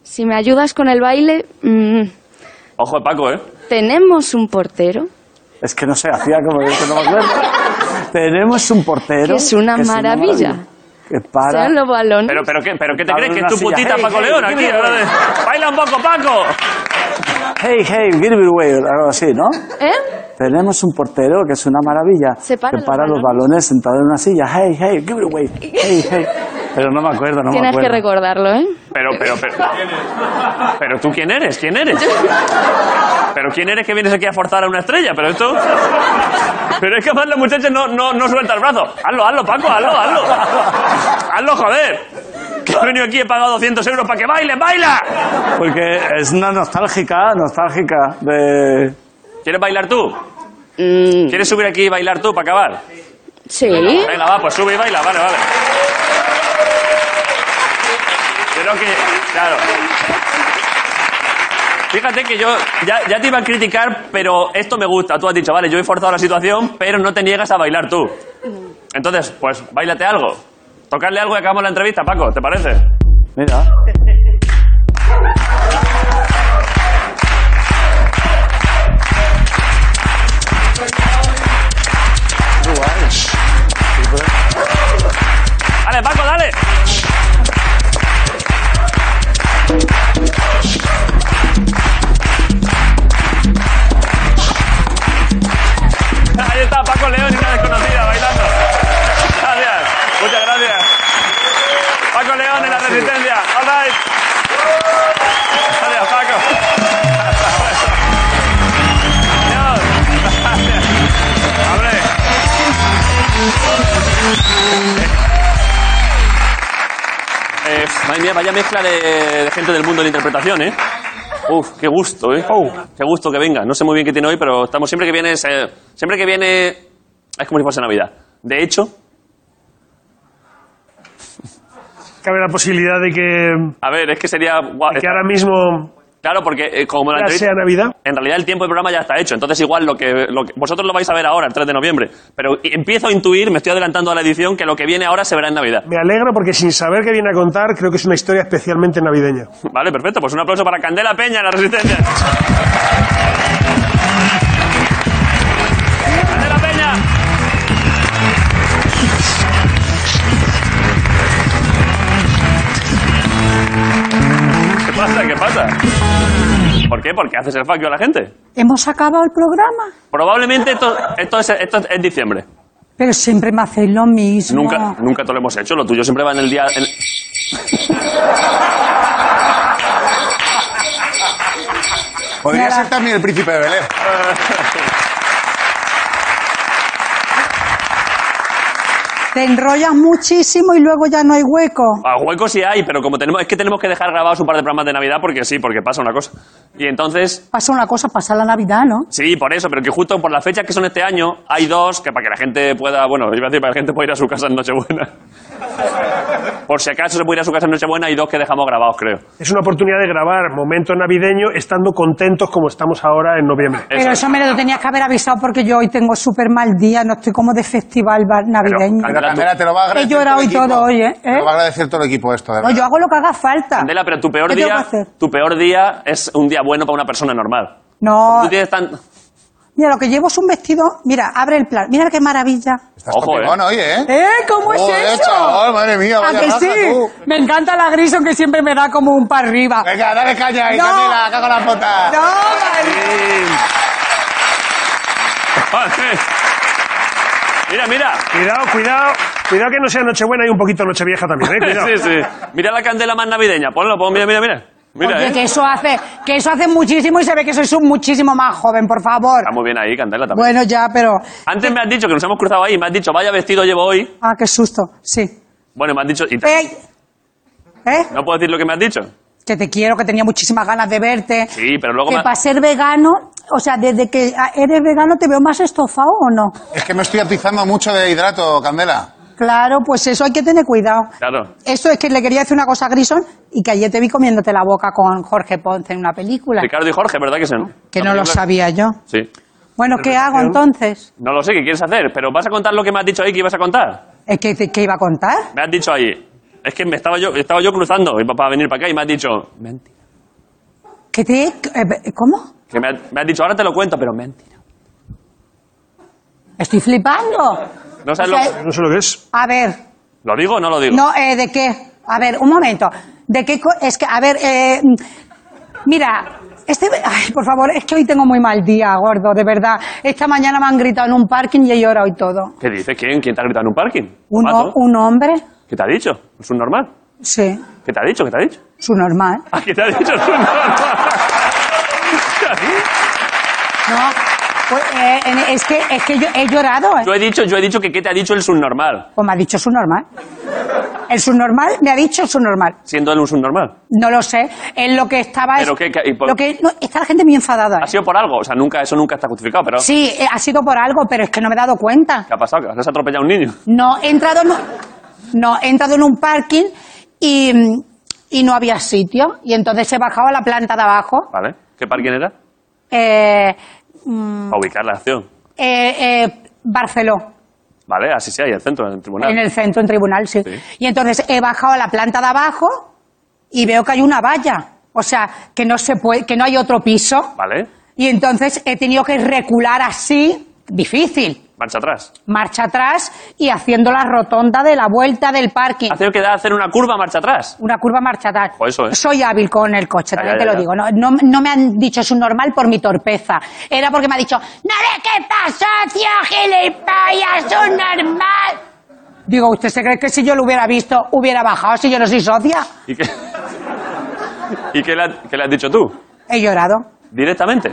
Speaker 12: Si me ayudas con el baile, mm,
Speaker 2: Ojo, Paco, ¿eh?
Speaker 12: tenemos un portero
Speaker 5: Es que no sé, hacía como de que no me acuerdo. Tenemos un portero.
Speaker 12: que es una
Speaker 5: que
Speaker 12: maravilla.
Speaker 5: que para.
Speaker 12: Sean los balones.
Speaker 2: Pero, pero, ¿qué, pero ¿qué te
Speaker 5: Abre
Speaker 2: crees? Que
Speaker 5: una
Speaker 2: es tu
Speaker 5: silla.
Speaker 2: putita,
Speaker 5: Hey,
Speaker 2: Paco
Speaker 5: hey,
Speaker 2: León,
Speaker 5: give
Speaker 2: aquí.
Speaker 5: me
Speaker 2: ahora
Speaker 5: one.
Speaker 2: de- ¡Baila un poco, Paco!
Speaker 5: Hey, hey, give it away, o algo así, ¿no?
Speaker 12: ¿Eh?
Speaker 5: Tenemos un portero que es una maravilla.
Speaker 12: Se para
Speaker 5: que
Speaker 12: los
Speaker 5: para los balones sentado en una silla. Hey, hey, give it away. Hey, hey. Pero no me acuerdo, no me
Speaker 12: Tienes
Speaker 5: acuerdo.
Speaker 12: que recordarlo, ¿eh?
Speaker 2: Pero, pero, pero... Pero tú quién eres, quién eres. Pero quién eres que vienes aquí a forzar a una estrella, pero esto... Pero es que además la muchacha no, no, no suelta el brazo. Hazlo, hazlo, Paco, hazlo, hazlo. Hazlo, joder. Que he venido aquí y he pagado 200 euros para que baile, baila.
Speaker 5: Porque es una nostálgica, nostálgica de...
Speaker 2: ¿Quieres bailar tú?
Speaker 12: Mm,
Speaker 2: ¿Quieres subir aquí y bailar tú para acabar?
Speaker 12: sí.
Speaker 2: Venga, va, pues sube y baila, vale, vale. Creo que, claro. Fíjate que yo ya, ya te iba a criticar, pero esto me gusta. Tú has dicho, vale, yo he forzado la situación, pero no te niegas a bailar tú. Entonces, pues, bailate algo. Tocarle algo y acabamos la entrevista, Paco, ¿te parece?
Speaker 5: Mira.
Speaker 2: Dale, Paco, dale. Ahí está Paco León y una desconocida bailando. Gracias, muchas gracias. Paco León en la resistencia. All right. Gracias, Paco. Adiós. Gracias. Hombre. Eh, madre mía, vaya mezcla de, de gente del mundo de la interpretación, ¿eh? Uf, qué gusto, ¿eh? Qué gusto que venga. No sé muy bien qué tiene hoy, pero estamos siempre que viene... es, eh, siempre que viene... Es como si fuese Navidad. De hecho,
Speaker 1: Cabe la posibilidad de que,
Speaker 2: a ver, es que sería... guau-
Speaker 1: que ahora mismo
Speaker 2: Claro, porque eh, como la
Speaker 1: ya
Speaker 2: entrevista...
Speaker 1: sea Navidad.
Speaker 2: En realidad el tiempo del programa ya está hecho, entonces igual lo que, lo que- vosotros lo vais a ver ahora, el 3 de noviembre, pero i- empiezo a intuir, me estoy adelantando a la edición, que lo que viene ahora se verá en Navidad.
Speaker 1: Me alegro porque sin saber qué viene a contar, creo que es una historia especialmente navideña.
Speaker 2: Vale, perfecto, pues un aplauso para Candela Peña en la Resistencia. Candela Peña. ¿Qué pasa? ¿Qué pasa? ¿Por qué? ¿Por qué haces el faquio a la gente?
Speaker 13: Hemos acabado el programa,
Speaker 2: Probablemente esto, esto, es, esto es diciembre.
Speaker 13: pero siempre me hacéis lo mismo.
Speaker 2: Nunca, nunca te lo hemos hecho. Lo tuyo siempre va en el día. en-
Speaker 4: Podría
Speaker 13: Nada.
Speaker 4: ser también el príncipe de Belén.
Speaker 12: Te enrollas muchísimo y luego ya no hay hueco.
Speaker 2: A hueco sí hay, pero como tenemos, es que tenemos que dejar grabados un par de programas de Navidad porque sí, porque pasa una cosa. Y entonces,
Speaker 12: Pasa una cosa, pasa la Navidad, ¿no?
Speaker 2: sí, por eso, pero que justo por las fechas que son este año, hay dos que para que la gente pueda, bueno, iba a decir para que la gente pueda ir a su casa en Nochebuena. Por si acaso se puede ir a su casa en Nochebuena, hay dos que dejamos grabados, creo.
Speaker 1: Es una oportunidad de grabar momento navideño estando contentos como estamos ahora en noviembre.
Speaker 12: Pero eso me lo tenías que haber avisado porque yo hoy tengo súper mal día, no estoy como de festival bar- navideño.
Speaker 4: Pero, Candela, te lo va a agradecer
Speaker 12: He llorado
Speaker 4: todo
Speaker 12: y
Speaker 4: el equipo.
Speaker 12: todo hoy, ¿eh?
Speaker 4: Te lo va a agradecer todo el equipo esto, de
Speaker 12: No,
Speaker 4: verdad.
Speaker 12: yo hago lo que haga falta.
Speaker 2: Candela, pero tu peor
Speaker 12: ¿Qué tengo
Speaker 2: día,
Speaker 12: que hacer?
Speaker 2: tu peor día es un día bueno para una persona normal.
Speaker 12: No,
Speaker 2: Tú tienes tan...
Speaker 12: mira, lo que llevo es un vestido. Mira, abre el plan. Mira qué maravilla.
Speaker 2: Ojo, eh.
Speaker 4: Bueno, oye, ¿eh?
Speaker 12: ¿Eh? ¿Cómo es
Speaker 4: Joder,
Speaker 12: eso?
Speaker 4: chaval, madre mía,
Speaker 12: ¿A
Speaker 4: vaya
Speaker 12: que
Speaker 4: raja
Speaker 12: sí?
Speaker 4: tú.
Speaker 12: Me encanta la griso que siempre me da como un para arriba.
Speaker 4: Venga, dale caña ahí,
Speaker 12: No.
Speaker 4: Candela, cago en la puta.
Speaker 12: No, Gary.
Speaker 2: Vale. Mira, mira.
Speaker 1: Cuidado, cuidado. Cuidado que no sea Nochebuena y un poquito Nochevieja también, ¿eh? Cuidado.
Speaker 2: Sí, sí. Mira la candela más navideña. Ponlo, ponlo. Mira, mira, mira. Mira,
Speaker 12: Oye,
Speaker 2: eh.
Speaker 12: que eso hace, que eso hace muchísimo y se ve que sois un muchísimo más joven, por favor.
Speaker 2: Está muy bien ahí, candela también.
Speaker 12: Bueno, ya, pero.
Speaker 2: Antes me has dicho que nos hemos cruzado ahí. Me has dicho, vaya vestido llevo hoy.
Speaker 12: Ah, qué susto. Sí.
Speaker 2: Bueno, me has dicho... y te-
Speaker 12: Ey. ¿Eh?
Speaker 2: No puedo decir lo que me has dicho.
Speaker 12: Que te quiero, que tenía muchísimas ganas de verte.
Speaker 2: Sí, pero luego...
Speaker 12: que
Speaker 2: me-
Speaker 12: para ser vegano, o sea, desde que ah, eres vegano te veo más estofado o no.
Speaker 4: Es que me estoy atizando mucho de hidrato, Candela.
Speaker 12: Claro, pues eso hay que tener cuidado.
Speaker 2: Claro.
Speaker 12: Eso es que le quería decir una cosa a Grison y que ayer te vi comiéndote la boca con Jorge Ponce en una película.
Speaker 2: Ricardo y Jorge, ¿verdad que sí? no?
Speaker 12: Que
Speaker 2: La
Speaker 12: no lo
Speaker 2: película-
Speaker 12: sabía yo.
Speaker 2: Sí.
Speaker 12: Bueno, ¿qué hago entonces?
Speaker 2: No lo sé, ¿qué quieres hacer? Pero vas a contar lo que me has dicho ahí que ibas a contar.
Speaker 12: ¿Es que, que- que Eh, iba a contar?
Speaker 2: Me has dicho ahí... Es que me estaba yo, estaba yo cruzando y pa- para venir para acá y me has dicho... Mentira.
Speaker 12: ¿Que te, eh, ¿Cómo?
Speaker 2: Que me, has- me has dicho, ahora te lo cuento, pero mentira.
Speaker 12: Estoy flipando.
Speaker 2: No sabes
Speaker 12: O
Speaker 2: lo-
Speaker 12: sea,
Speaker 1: No sé lo que es.
Speaker 12: A ver,
Speaker 2: ¿Lo digo o no lo digo?
Speaker 12: no, eh, ¿de qué? A ver, un momento. ¿De qué? co- Es que, a ver, eh, mira, este, ay, por favor, es que hoy tengo muy mal día, gordo, de verdad. Esta mañana me han gritado en un parking y he llorado y todo.
Speaker 2: ¿Qué dices? ¿Quién? ¿Quién te ha gritado en un parking?
Speaker 12: ¿Un,
Speaker 2: Pato.
Speaker 12: ho- un hombre?
Speaker 2: ¿Qué te ha dicho? ¿Es un normal?
Speaker 12: Sí,
Speaker 2: ¿Qué te ha dicho? ¿Qué te ha dicho?
Speaker 12: su normal.
Speaker 2: ¿Ah, ¿Qué te ha dicho? Es un normal.
Speaker 12: No, pues, eh, en- es que, es que yo he llorado, ¿eh?
Speaker 2: Yo he dicho, yo he dicho que qué te ha dicho el subnormal,
Speaker 12: Pues me ha dicho su normal. El subnormal me ha dicho su normal.
Speaker 2: siendo él un subnormal.
Speaker 12: No lo sé. En lo que estaba.
Speaker 2: Pero
Speaker 12: es-
Speaker 2: qué- qué- y por- ¿Ah,
Speaker 12: lo que, no, está la gente muy enfadada.
Speaker 2: Ha
Speaker 12: ¿eh?
Speaker 2: sido por algo, o sea, nunca, eso nunca está justificado, pero
Speaker 12: Sí, eh, ha sido por algo, pero es que no me he dado cuenta.
Speaker 2: ¿qué ha pasado? ¿Que ¿Has atropellado a un niño?
Speaker 12: No, he entrado en un, no, he entrado en un parking y, mm, y no había sitio. Y entonces he bajado a la planta de abajo.
Speaker 2: ¿Vale? ¿Qué parking era?
Speaker 12: Eh, mm,
Speaker 2: Para ubicar la acción.
Speaker 12: eh, eh, Barceló.
Speaker 2: ¿Vale? Así sea, ahí el centro, en el tribunal.
Speaker 12: En el centro, en tribunal, sí.
Speaker 2: Sí.
Speaker 12: Y entonces he bajado a la planta de abajo y veo que hay una valla. O sea, que no, se puede, que no hay otro piso.
Speaker 2: ¿Vale?
Speaker 12: Y entonces he tenido que recular así, difícil,
Speaker 2: Marcha atrás.
Speaker 12: marcha atrás y haciendo la rotonda de la vuelta del parking.
Speaker 2: ¿Ha tenido que dar hacer una curva marcha atrás?
Speaker 12: Una curva marcha atrás.
Speaker 2: Jo, eso, ¿eh?
Speaker 12: Soy hábil con el coche,
Speaker 2: Ya, ya,
Speaker 12: también te
Speaker 2: ya,
Speaker 12: lo
Speaker 2: ya.
Speaker 12: digo. No, no- no me han dicho es un normal por mi torpeza. Era porque me ha dicho, no le que pasa, tío, gilipollas, un normal. Digo, ¿usted se cree que si yo lo hubiera visto, hubiera bajado si yo no soy socia?
Speaker 2: ¿Y qué, ¿Y qué le, ha- qué le has dicho tú?
Speaker 12: He llorado.
Speaker 2: Directamente.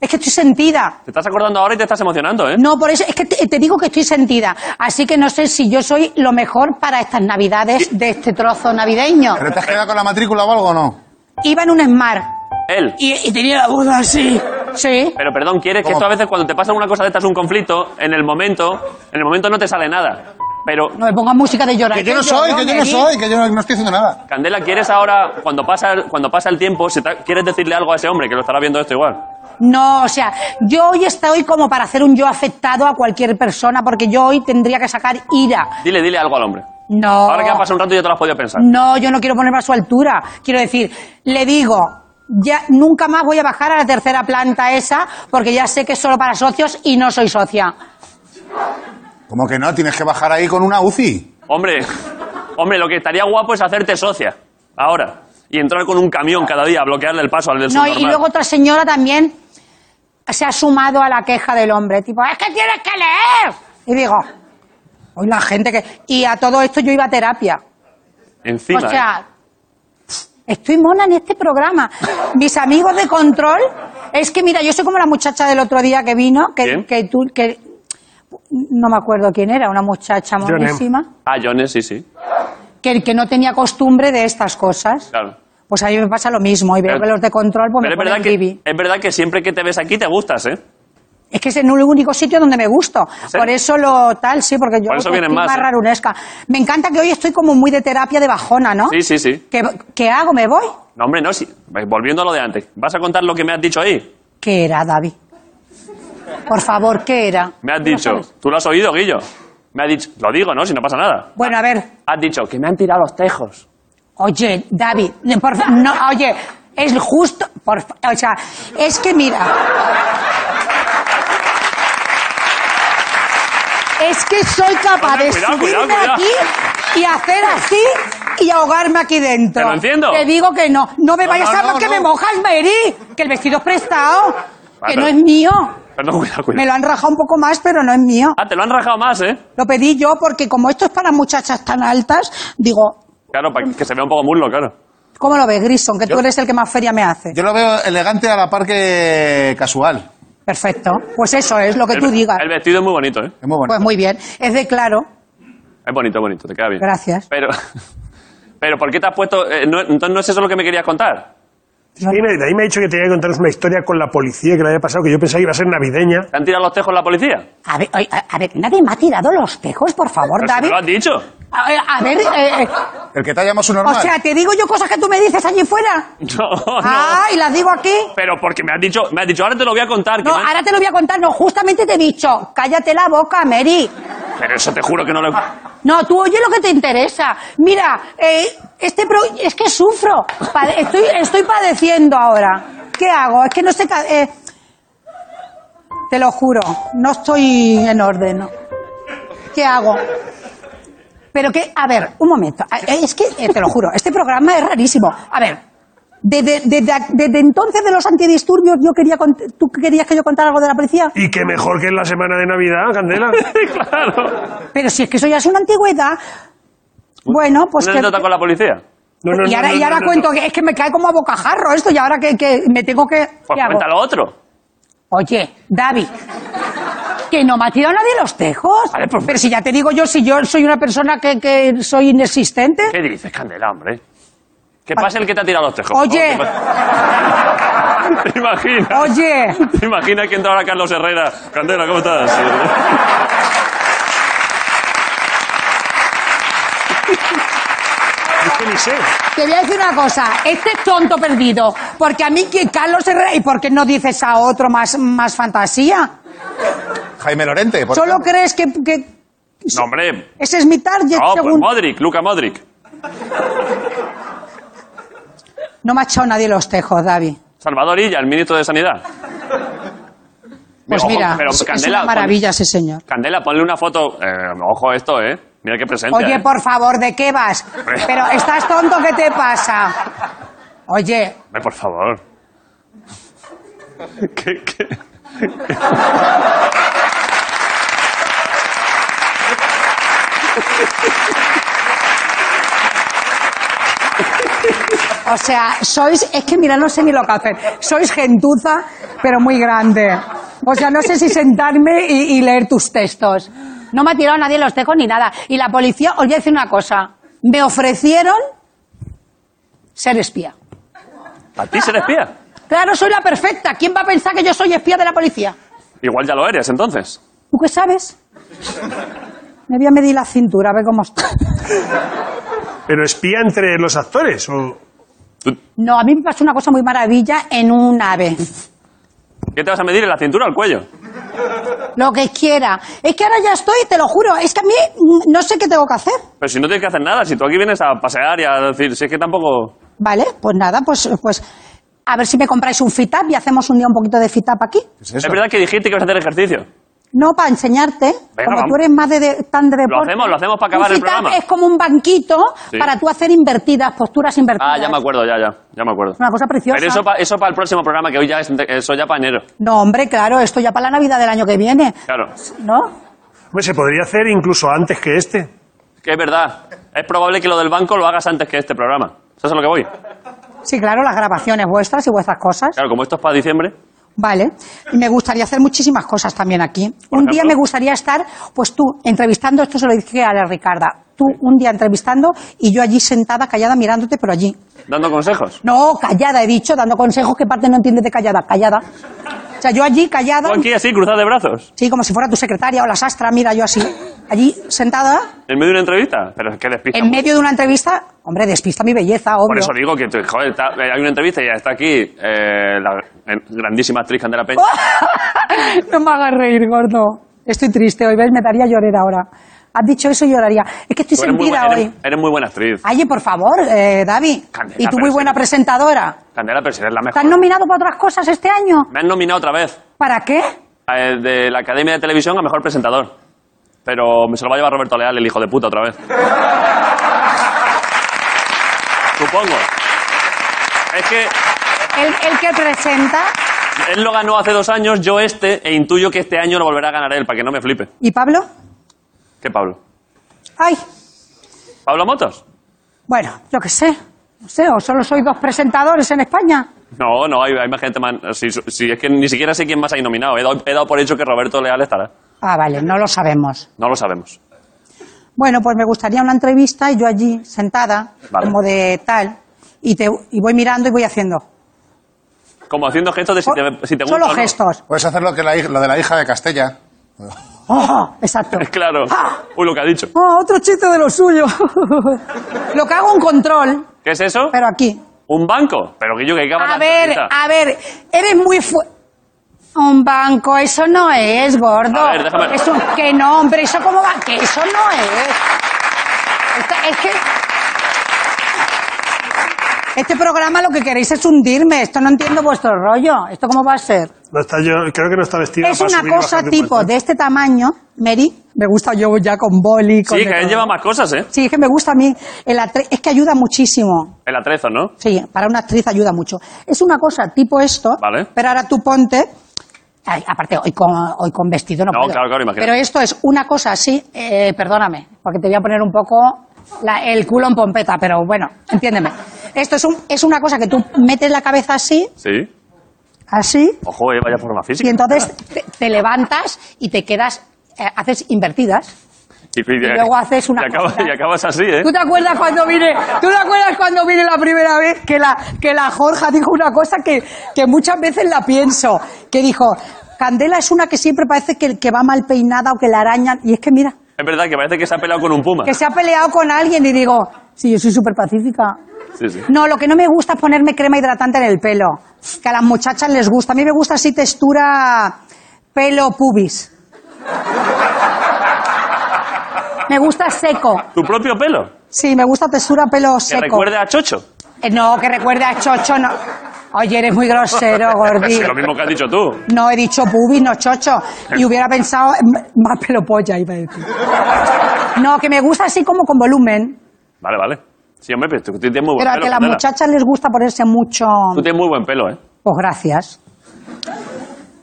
Speaker 12: Es que estoy sentida.
Speaker 2: Te estás acordando ahora y te estás emocionando, ¿eh?
Speaker 12: No, por eso, es que te, te digo que estoy sentida. Así que no sé si yo soy lo mejor para estas navidades de este trozo navideño.
Speaker 4: ¿Pero te has quedado con la matrícula o algo o no?
Speaker 12: Iba en un Smart
Speaker 2: Él.
Speaker 12: y, y tenía la boda así. Sí.
Speaker 2: Pero perdón, quieres que
Speaker 4: ¿Cómo?
Speaker 2: esto a veces cuando te pasa una cosa de estas un conflicto, en el momento, en el momento no te sale nada. Pero
Speaker 12: No me pongas música de llorar.
Speaker 4: Que yo no
Speaker 12: lloro,
Speaker 4: soy, que yo no
Speaker 12: Meli.
Speaker 4: soy, que yo no- no estoy haciendo nada.
Speaker 2: Candela, ¿quieres ahora, cuando pasa, el- cuando pasa el tiempo, si te- quieres decirle algo a ese hombre que lo estará viendo esto igual?
Speaker 12: No, o sea, yo hoy estoy como para hacer un yo afectado a cualquier persona, porque yo hoy tendría que sacar ira.
Speaker 2: Dile, dile algo al hombre.
Speaker 12: No.
Speaker 2: Ahora que ha pasado un rato ya te lo has podido pensar.
Speaker 12: No, yo no quiero ponerme a su altura. Quiero decir, le digo, ya nunca más voy a bajar a la tercera planta esa, porque ya sé que es solo para socios y no soy socia.
Speaker 4: ¿Cómo que no? Tienes que bajar ahí con una UCI.
Speaker 2: Hombre, hombre, lo que estaría guapo es hacerte socia. Ahora. Y entrar con un camión cada día a bloquearle el paso al del
Speaker 12: No, y
Speaker 2: subnormal.
Speaker 12: luego otra señora también se ha sumado a la queja del hombre, tipo, es que tienes que leer. Y digo, hoy la gente que... Y a todo esto yo iba a terapia.
Speaker 2: Encima.
Speaker 12: o sea,
Speaker 2: ¿eh?
Speaker 12: estoy mona en este programa. Mis amigos de control, es que mira, yo soy como la muchacha del otro día que vino, que,
Speaker 2: Bien.
Speaker 12: que tú, que
Speaker 5: no me acuerdo quién era, una muchacha monísima,
Speaker 2: Ah, Jones, sí, sí.
Speaker 5: que, que no tenía costumbre de estas cosas.
Speaker 2: Claro.
Speaker 5: Pues a mí me pasa lo mismo, y veo
Speaker 2: Pero-
Speaker 5: que los de control pues
Speaker 2: Pero
Speaker 5: me
Speaker 2: es verdad,
Speaker 5: ponen
Speaker 2: que,
Speaker 5: bibi.
Speaker 2: es verdad que siempre que te ves aquí te gustas, ¿eh?
Speaker 5: Es que es el único sitio donde me gusto.
Speaker 2: serio?
Speaker 5: Por eso lo tal, sí, porque yo
Speaker 2: Por eso
Speaker 5: autoestima
Speaker 2: vienen más, ¿eh?
Speaker 5: rarunesca. Me encanta que hoy estoy como muy de terapia de bajona, ¿no?
Speaker 2: Sí, sí, sí.
Speaker 5: ¿Qué, qué hago? ¿Me voy?
Speaker 2: No, hombre, no, sí. Volviendo a lo de antes. ¿Vas a contar lo que me has dicho ahí?
Speaker 5: ¿Qué era, David? Por favor, ¿qué era?
Speaker 2: Me has dicho. ¿Tú lo has oído, Guillo? Me has dicho. Lo digo, ¿no? Si no pasa nada.
Speaker 5: Bueno, a ver.
Speaker 2: Has dicho que me han tirado los tejos.
Speaker 5: Oye, David, por fa- no, oye, es justo, por fa- o sea, es que mira. Es que soy capaz
Speaker 2: Hombre,
Speaker 5: de
Speaker 2: cuidado,
Speaker 5: subirme
Speaker 2: cuidado, cuidado.
Speaker 5: aquí y hacer así y ahogarme aquí dentro.
Speaker 2: Te lo entiendo.
Speaker 5: Te digo que no. No me
Speaker 2: No,
Speaker 5: vayas
Speaker 2: no,
Speaker 5: a hablar
Speaker 2: no,
Speaker 5: que
Speaker 2: no.
Speaker 5: me mojas, Mary. Que el vestido es prestado. que
Speaker 2: pero-
Speaker 5: no es mío.
Speaker 2: Perdón, cuidado, cuidado.
Speaker 5: Me lo han rajado un poco más, pero no es mío.
Speaker 2: Ah, te lo han rajado más, ¿eh?
Speaker 5: Lo pedí yo porque como esto es para muchachas tan altas, digo,
Speaker 2: Claro, para que se vea un poco muslo, claro.
Speaker 5: ¿Cómo lo ves, Grison? Que tú eres el que más feria me hace.
Speaker 4: Yo lo veo elegante a la par que casual.
Speaker 5: Perfecto. Pues eso es lo que
Speaker 2: El-
Speaker 5: tú digas.
Speaker 2: El vestido es muy bonito, ¿eh?
Speaker 4: Es muy
Speaker 5: Pues muy bien. Es de claro.
Speaker 2: Es bonito, es bonito, te queda bien.
Speaker 5: Gracias.
Speaker 2: Pero, pero ¿por qué te has puesto...? eh, no- entonces no es eso lo que me querías contar.
Speaker 1: Y me, de ahí me ha dicho que tenía que contarles una historia con la policía que le había pasado, que yo pensaba que iba a ser navideña.
Speaker 2: ¿Te han tirado los tejos la policía?
Speaker 5: A ver, oye, a, a ver, nadie me ha tirado los tejos, por favor,
Speaker 2: Pero si
Speaker 5: David.
Speaker 2: me lo has dicho.
Speaker 5: A, a ver, eh, eh,
Speaker 4: El que te llama su
Speaker 5: o
Speaker 4: normal.
Speaker 5: sea, ¿te digo yo cosas que tú me dices allí fuera?
Speaker 2: No, no.
Speaker 5: Ah, y las digo aquí.
Speaker 2: Pero porque me has dicho, me has dicho, ahora te lo voy a contar. que
Speaker 5: No,
Speaker 2: me han-
Speaker 5: ahora te lo voy a contar. No, justamente te he dicho, cállate la boca, Mary.
Speaker 2: Pero eso te juro que no lo...
Speaker 5: No, tú oye lo que te interesa. Mira, eh, este pro... es que sufro. Pade- Estoy, estoy padeciendo ahora. ¿Qué hago? Es que no sé... ca- eh, Te lo juro, no estoy en orden. no. ¿Qué hago? Pero que, a ver, un momento. A- eh, Es que, eh, te lo juro, este programa es rarísimo. A ver, desde, desde, desde entonces de los antidisturbios yo quería... cont- ¿Tú querías que yo contara algo de la policía?
Speaker 1: Y qué mejor que en la semana de Navidad, Candela.
Speaker 2: claro.
Speaker 5: Pero si es que eso ya es una antigüedad. Bueno, pues
Speaker 2: ¿Una
Speaker 5: que...
Speaker 2: anécdota con la policía? Pues
Speaker 1: No, no,
Speaker 5: y
Speaker 1: no,
Speaker 5: ahora,
Speaker 1: no,
Speaker 5: y
Speaker 1: no,
Speaker 5: ahora
Speaker 1: no,
Speaker 5: cuento
Speaker 1: no.
Speaker 5: que es que me cae como a bocajarro esto y ahora que, que me tengo que...
Speaker 2: Pues
Speaker 5: ¿qué hago?
Speaker 2: cuéntalo otro.
Speaker 5: Oye, David, que no me ha tirado nadie los tejos.
Speaker 2: Vale, pues-
Speaker 5: Pero si ya te digo yo, si yo soy una persona que, que soy inexistente.
Speaker 2: ¿Qué dices, Candela, hombre? Que pase el que te ha tirado los tejos.
Speaker 5: Oye.
Speaker 2: por favor, que pase. ¿Te imaginas?
Speaker 5: Oye,
Speaker 2: ¿Te imaginas que entra ahora Carlos Herrera? Candela, ¿cómo estás?
Speaker 1: Es que ni sé.
Speaker 5: te voy a decir una cosa. Este es tonto perdido. Porque a mí que Carlos Herrera... ¿Y por qué no dices a otro más, más fantasía?
Speaker 4: Jaime Lorente. por
Speaker 5: ¿Solo
Speaker 4: ejemplo.
Speaker 5: crees que, que
Speaker 2: No, hombre.
Speaker 5: ese es mi
Speaker 2: No,
Speaker 5: target?
Speaker 2: pues
Speaker 5: según...
Speaker 2: Modric, Luca Modric.
Speaker 5: No me ha echado nadie los tejos, David.
Speaker 2: Salvador Illa, el ministro de Sanidad.
Speaker 5: Pues
Speaker 2: Ojo,
Speaker 5: mira,
Speaker 2: pero
Speaker 5: es- es
Speaker 2: Candela,
Speaker 5: una maravilla ese señor.
Speaker 2: pon- Candela, ponle una foto. Eh, ojo a esto, ¿eh? Mira qué presencia.
Speaker 5: Oye,
Speaker 2: eh.
Speaker 5: por favor, ¿de qué vas? Pero estás tonto, ¿qué te pasa? Oye,
Speaker 2: Hombre, por favor. ¿Qué, qué?
Speaker 5: o sea, sois, es que mira, no sé ni lo que hacer. Sois gentuza, pero muy grande. O sea, no sé si sentarme y, y leer tus textos. No me ha tirado nadie los tejos ni nada. Y la policía, os voy a decir una cosa. Me ofrecieron ser espía.
Speaker 2: ¿A ti se espía?
Speaker 5: Claro, soy la perfecta. ¿Quién va a pensar que yo soy espía de la policía?
Speaker 2: Igual ya lo eres, entonces.
Speaker 5: ¿Tú qué sabes? Me voy a medir la cintura, a ver cómo está.
Speaker 1: Pero espía entre los actores. O...
Speaker 5: No, a mí me pasó una cosa muy maravilla en un ave.
Speaker 2: ¿Qué te vas a medir? ¿En la cintura o el cuello?
Speaker 5: Lo que quiera. Es que ahora ya estoy, te lo juro, es que a mí mm, no sé qué tengo que hacer.
Speaker 2: Pero si no tienes que hacer nada, si tú aquí vienes a pasear y a decir, si es que tampoco...
Speaker 5: Vale, pues nada, pues, pues a ver si me compráis un fitap y hacemos un día un poquito de fitap aquí.
Speaker 2: Es, verdad que dijiste que vas a hacer ejercicio.
Speaker 5: No para enseñarte, como
Speaker 2: Ah, vamos.
Speaker 5: tú eres más de, de- tan de deporte.
Speaker 2: hacemos, lo hacemos para acabar
Speaker 5: un
Speaker 2: el
Speaker 5: fitap
Speaker 2: programa.
Speaker 5: es como un banquito
Speaker 2: Sí.
Speaker 5: para tú hacer invertidas, posturas invertidas.
Speaker 2: Ah, ya me acuerdo, ya, ya, ya me acuerdo.
Speaker 5: Es una cosa preciosa.
Speaker 2: Pero eso para eso pa el próximo programa, que hoy ya es, eso ya para enero.
Speaker 5: No, hombre, claro, esto ya para la Navidad del año que viene,
Speaker 2: Claro.
Speaker 5: ¿no?
Speaker 1: Hombre, se podría hacer incluso antes que este.
Speaker 2: Que es verdad. Es probable que lo del banco lo hagas antes que este programa. Eso es a lo que voy.
Speaker 5: Sí, claro, las grabaciones vuestras y vuestras cosas.
Speaker 2: Claro, como esto es para diciembre.
Speaker 5: Vale. Y me gustaría hacer muchísimas cosas también aquí. Un día me gustaría estar, pues tú, entrevistando, esto se lo dije a la Ricarda, tú un día entrevistando y yo allí sentada, callada, mirándote, pero allí.
Speaker 2: Dando consejos.
Speaker 5: No, callada, he dicho, dando consejos, ¿qué parte no entiendes de callada? Callada. O sea, yo allí, callada,
Speaker 2: Tú aquí así, cruzado de brazos.
Speaker 5: sí, como si fuera tu secretaria o la sastra, mira, yo así. Allí, sentada,
Speaker 2: En medio de una entrevista. Pero es que despista.
Speaker 5: en medio de una entrevista, hombre, despista mi belleza, obvio.
Speaker 2: Por eso digo que, tú- joder, está- eh, hay una entrevista y ya está aquí eh, la eh, grandísima actriz Candela Peña.
Speaker 5: ¡Oh! No me hagas reír, gordo. Estoy triste hoy, ¿ves? Me daría a llorar ahora. Has dicho eso y lloraría. Es que estoy
Speaker 2: Tú eres, muy
Speaker 5: sentida
Speaker 2: buena,
Speaker 5: hoy.
Speaker 2: eres, eres muy buena actriz.
Speaker 5: Oye, por favor, eh, David.
Speaker 2: Candela,
Speaker 5: y tú
Speaker 2: pero
Speaker 5: muy
Speaker 2: sí.
Speaker 5: buena presentadora.
Speaker 2: Candela, pero si eres la
Speaker 5: ¿Estás
Speaker 2: mejor.
Speaker 5: nominado para otras cosas este año?
Speaker 2: Me han nominado otra vez
Speaker 5: ¿Para qué?
Speaker 2: eh, de la Academia de Televisión a Mejor Presentador. Pero me se lo va a llevar Roberto Leal, el hijo de puta, otra vez. Supongo. Es que
Speaker 5: El, el que presenta.
Speaker 2: él lo ganó hace dos años, yo este, e intuyo que este año lo volverá a ganar él, para que no me flipe.
Speaker 5: ¿Y Pablo?
Speaker 2: ¿Qué Pablo?
Speaker 5: Ay,
Speaker 2: ¿Pablo Motos?
Speaker 5: bueno, yo qué sé. No sé, o solo soy dos presentadores en España.
Speaker 2: No, no, hay, hay más gente más. Si, si es que ni siquiera sé quién más hay nominado. He dado, he dado por hecho que Roberto Leal estará.
Speaker 5: Ah, vale, no lo sabemos.
Speaker 2: No lo sabemos.
Speaker 5: Bueno, pues me gustaría una entrevista y yo allí, sentada,
Speaker 2: Vale.
Speaker 5: como de tal. Y, te, y voy mirando y voy haciendo.
Speaker 2: Como haciendo gestos de si te, si te gusta.
Speaker 5: Solo
Speaker 2: o no.
Speaker 5: gestos.
Speaker 4: Puedes hacer lo, que la, hij- lo de la hija de Castella.
Speaker 5: Oh, exacto.
Speaker 2: Claro.
Speaker 5: ¡Ah!
Speaker 2: Uy, lo que ha dicho.
Speaker 5: Oh, otro chiste de lo suyo. lo que hago un control,
Speaker 2: ¿Qué es eso?
Speaker 5: pero aquí.
Speaker 2: ¿Un banco? Pero que yo que acaba
Speaker 5: A
Speaker 2: la
Speaker 5: ver, ah,
Speaker 2: entrevista.
Speaker 5: a ver, eres muy fu... Un banco, eso no es, gordo.
Speaker 2: A ver, déjame-
Speaker 5: Eso, que no, hombre, eso cómo va, que eso no es. Esta- es que... Este programa lo que queréis es hundirme, esto no entiendo vuestro rollo, esto cómo va a ser.
Speaker 1: No está, yo creo que no está vestida
Speaker 5: es
Speaker 1: para
Speaker 5: una
Speaker 1: subir y
Speaker 5: cosa
Speaker 1: bajar de
Speaker 5: tipo
Speaker 1: puesto.
Speaker 5: de este tamaño, Mary, me gusta yo ya con boli, con...
Speaker 2: Sí,
Speaker 5: de
Speaker 2: que él
Speaker 5: todo.
Speaker 2: lleva más cosas, ¿eh?
Speaker 5: Sí, es que me gusta a mí, el atre- es que ayuda muchísimo.
Speaker 2: El atrezo, ¿no?
Speaker 5: Sí, para una actriz ayuda mucho. Es una cosa tipo esto,
Speaker 2: Vale.
Speaker 5: pero ahora tú ponte. Ay, aparte, hoy con, hoy con vestido no,
Speaker 2: No,
Speaker 5: puedo.
Speaker 2: claro, claro, imagínate.
Speaker 5: Pero esto es una cosa así, eh, perdóname, porque te voy a poner un poco la- el culo en pompeta, pero bueno, entiéndeme. Esto es, un, es una cosa que tú metes la cabeza así,
Speaker 2: Sí.
Speaker 5: así,
Speaker 2: Ojo, eh, vaya forma
Speaker 5: ¿Ah, y
Speaker 2: física.
Speaker 5: entonces te, te levantas y te quedas, eh, haces invertidas.
Speaker 2: Y,
Speaker 5: y luego haces una
Speaker 2: y acabas,
Speaker 5: cosa.
Speaker 2: y acabas así, ¿eh?
Speaker 5: ¿Tú te acuerdas cuando vine, tú te acuerdas cuando vine la primera vez que la, que la Jorja dijo una cosa que, que muchas veces la pienso? Que dijo, Candela es una que siempre parece que, que va mal peinada o que la arañan. Y es que mira,
Speaker 2: Es verdad que parece que se ha peleado con un puma.
Speaker 5: que se ha peleado con alguien y digo, sí, yo soy súper pacífica.
Speaker 2: Sí, sí.
Speaker 5: No, lo que no me gusta es ponerme crema hidratante en el pelo. Que a las muchachas les gusta. A mí me gusta así textura pelo pubis. Me gusta seco.
Speaker 2: ¿Tu propio pelo?
Speaker 5: Sí, me gusta textura pelo
Speaker 2: Que
Speaker 5: seco.
Speaker 2: recuerde a Chocho.
Speaker 5: Eh, No, que recuerde a Chocho, no. Oye, eres muy grosero,
Speaker 2: Sí,
Speaker 5: gordito.
Speaker 2: lo mismo que has dicho tú.
Speaker 5: No, he dicho pubis, no chocho. Y hubiera pensado en más pelo polla, iba a decir. No, que me gusta así como con volumen.
Speaker 2: Vale, vale. Sí, hombre, pero tú, tú tienes muy buen
Speaker 5: Pero a
Speaker 2: pelo.
Speaker 5: que las
Speaker 2: Candela.
Speaker 5: muchachas les gusta ponerse mucho...
Speaker 2: Tú tienes muy buen pelo, ¿eh?
Speaker 5: Pues gracias.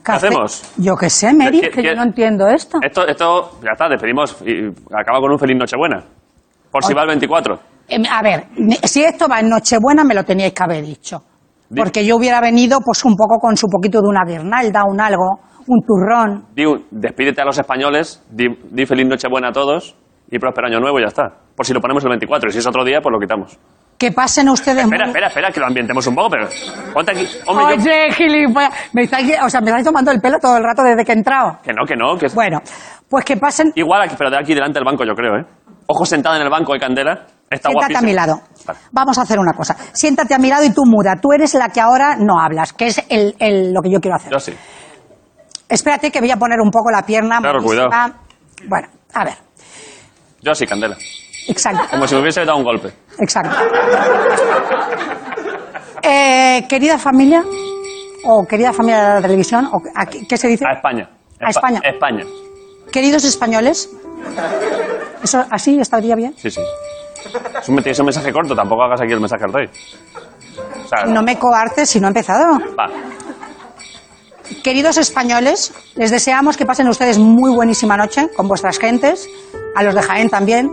Speaker 2: ¿Qué hacemos?
Speaker 5: Yo qué sé, Mary,
Speaker 2: ¿Qué-
Speaker 5: que
Speaker 2: qué-
Speaker 5: yo no entiendo esto.
Speaker 2: Esto, esto, ya está, despedimos y acaba con un feliz Nochebuena. Por si va el 24.
Speaker 5: Em, A ver, ne- si esto va en Nochebuena me lo teníais que haber dicho.
Speaker 2: Di-
Speaker 5: Porque yo hubiera venido pues un poco con su poquito de una guirnalda, un algo, un turrón.
Speaker 2: Di un- despídete a los españoles, di, di feliz Nochebuena a todos y próspero año nuevo y ya está. Por si lo ponemos el 24 y si es otro día, pues lo quitamos.
Speaker 5: Que pasen ustedes...
Speaker 2: Espera,
Speaker 5: muy-
Speaker 2: espera, espera, que lo ambientemos un poco, pero ponte aquí. Hombre, yo-
Speaker 5: Oye, gilipollas. Me estáis, o sea, me estáis tomando el pelo todo el rato desde que he entrado.
Speaker 2: Que no, que no, que es-
Speaker 5: Bueno, pues que pasen.
Speaker 2: Igual aquí, pero de aquí delante del banco, yo creo, ¿eh? Ojo sentada en el banco de Candela. Está
Speaker 5: Siéntate
Speaker 2: guapísima.
Speaker 5: a mi lado.
Speaker 2: Vale.
Speaker 5: Vamos a hacer una cosa. Siéntate a mi lado y tú muda. Tú eres la que ahora no hablas, que es el, el- lo que yo quiero hacer.
Speaker 2: Yo sí.
Speaker 5: Espérate que voy a poner un poco la pierna.
Speaker 2: Claro,
Speaker 5: malísima. Bueno, a ver.
Speaker 2: Yo sí, Candela.
Speaker 5: Exacto,
Speaker 2: Como si me hubiese dado un golpe.
Speaker 5: exacto. Eh, querida familia, o querida familia de la televisión, o a- ¿qué se dice?
Speaker 2: A España.
Speaker 5: A España.
Speaker 2: España.
Speaker 5: Queridos españoles, ¿eso así estaría bien?
Speaker 2: Sí, sí. Es un, men- es un mensaje corto, tampoco hagas aquí el mensaje al rey. O sea,
Speaker 5: No me coartes si no he empezado.
Speaker 2: Va.
Speaker 5: Queridos españoles, les deseamos que pasen ustedes muy buenísima noche con vuestras gentes, a los de Jaén también,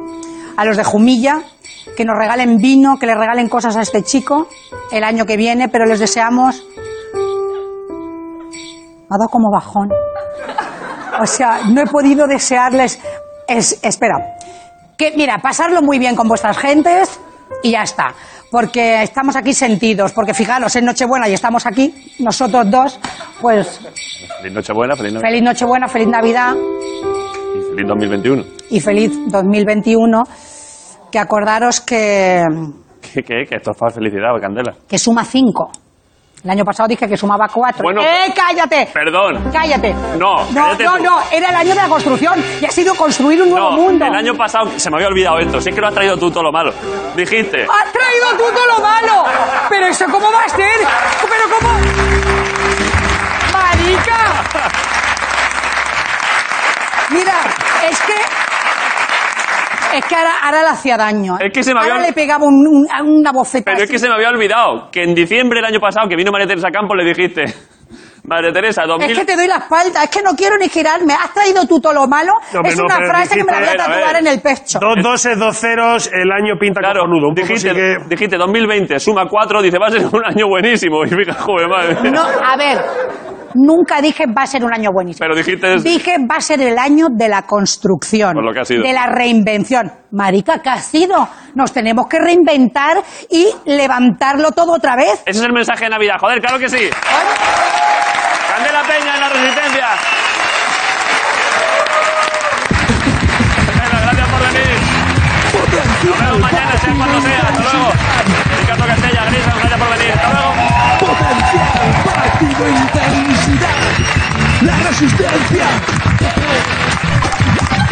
Speaker 5: a los de Jumilla, que nos regalen vino, que le regalen cosas a este chico el año que viene, pero les deseamos
Speaker 12: dado como bajón. O sea, no he podido desearles. es- espera. Que, mira, pasarlo muy bien con vuestras gentes y ya está. Porque estamos aquí sentidos. Porque fijaros, es Nochebuena y estamos aquí, nosotros dos. Pues
Speaker 2: Feliz Nochebuena, feliz Navidad.
Speaker 12: feliz Nochebuena, feliz Navidad
Speaker 2: y Feliz 2021.
Speaker 12: y feliz 2021. Que acordaros que,
Speaker 2: ¿Qué, qué, qué? Esto es para felicidad, Candela.
Speaker 12: que suma cinco. El año pasado dije que sumaba cuatro.
Speaker 2: Bueno,
Speaker 12: ¡Eh, cállate!
Speaker 2: Perdón.
Speaker 12: Cállate.
Speaker 2: No,
Speaker 12: No,
Speaker 2: cállate
Speaker 12: no,
Speaker 2: tú.
Speaker 12: no, era el año de la construcción y ha sido construir un nuevo
Speaker 2: No,
Speaker 12: mundo.
Speaker 2: el año pasado se me había olvidado esto. Si es que lo has traído tú todo lo malo. Dijiste.
Speaker 12: ¡Has traído tú todo lo malo! ¿Pero eso cómo va a ser? ¿Pero cómo? ¡Marica! Mira, es que... Es que ahora, ahora le hacía daño. ¿eh?
Speaker 2: Es que se me había-
Speaker 12: Ahora le pegaba un- un- a una bofetada.
Speaker 2: Pero es
Speaker 12: así.
Speaker 2: que se me había olvidado que en diciembre del año pasado, que vino María Teresa Campos, le dijiste. María Teresa, 2000.
Speaker 12: Es que te doy la espalda, es que no quiero ni girarme. Has traído tú todo lo malo.
Speaker 2: No, hombre,
Speaker 12: es
Speaker 2: no,
Speaker 12: una
Speaker 2: pero
Speaker 12: frase que me la voy a
Speaker 2: dijiste, a ver, a
Speaker 12: tatuar
Speaker 2: ver.
Speaker 12: en el pecho.
Speaker 1: Dos doses, dos ceros, el año pinta
Speaker 2: Claro,
Speaker 1: cojonudo. Un poco
Speaker 2: dijiste,
Speaker 1: sí que-
Speaker 2: dijiste 2020, suma 4, dice, va a ser un año buenísimo. Y fija, joder, madre. mía.
Speaker 12: No, a ver, nunca dije va a ser un año buenísimo.
Speaker 2: Pero dijiste.
Speaker 12: Dije va a ser el año de la construcción,
Speaker 2: Por lo que ha sido.
Speaker 12: de la reinvención. Marica, ¿qué ha sido? Nos tenemos que reinventar y levantarlo todo otra vez.
Speaker 2: Ese es el mensaje de Navidad, joder, claro que sí. Candela Peña en la Resistencia. Venga, gracias por venir. Nos vemos mañana, sea cuando sea. Hasta luego. Ricardo Castella, Grisa, gracias por venir. Hasta luego.
Speaker 9: Potencia, impacto, intensidad. La resistencia.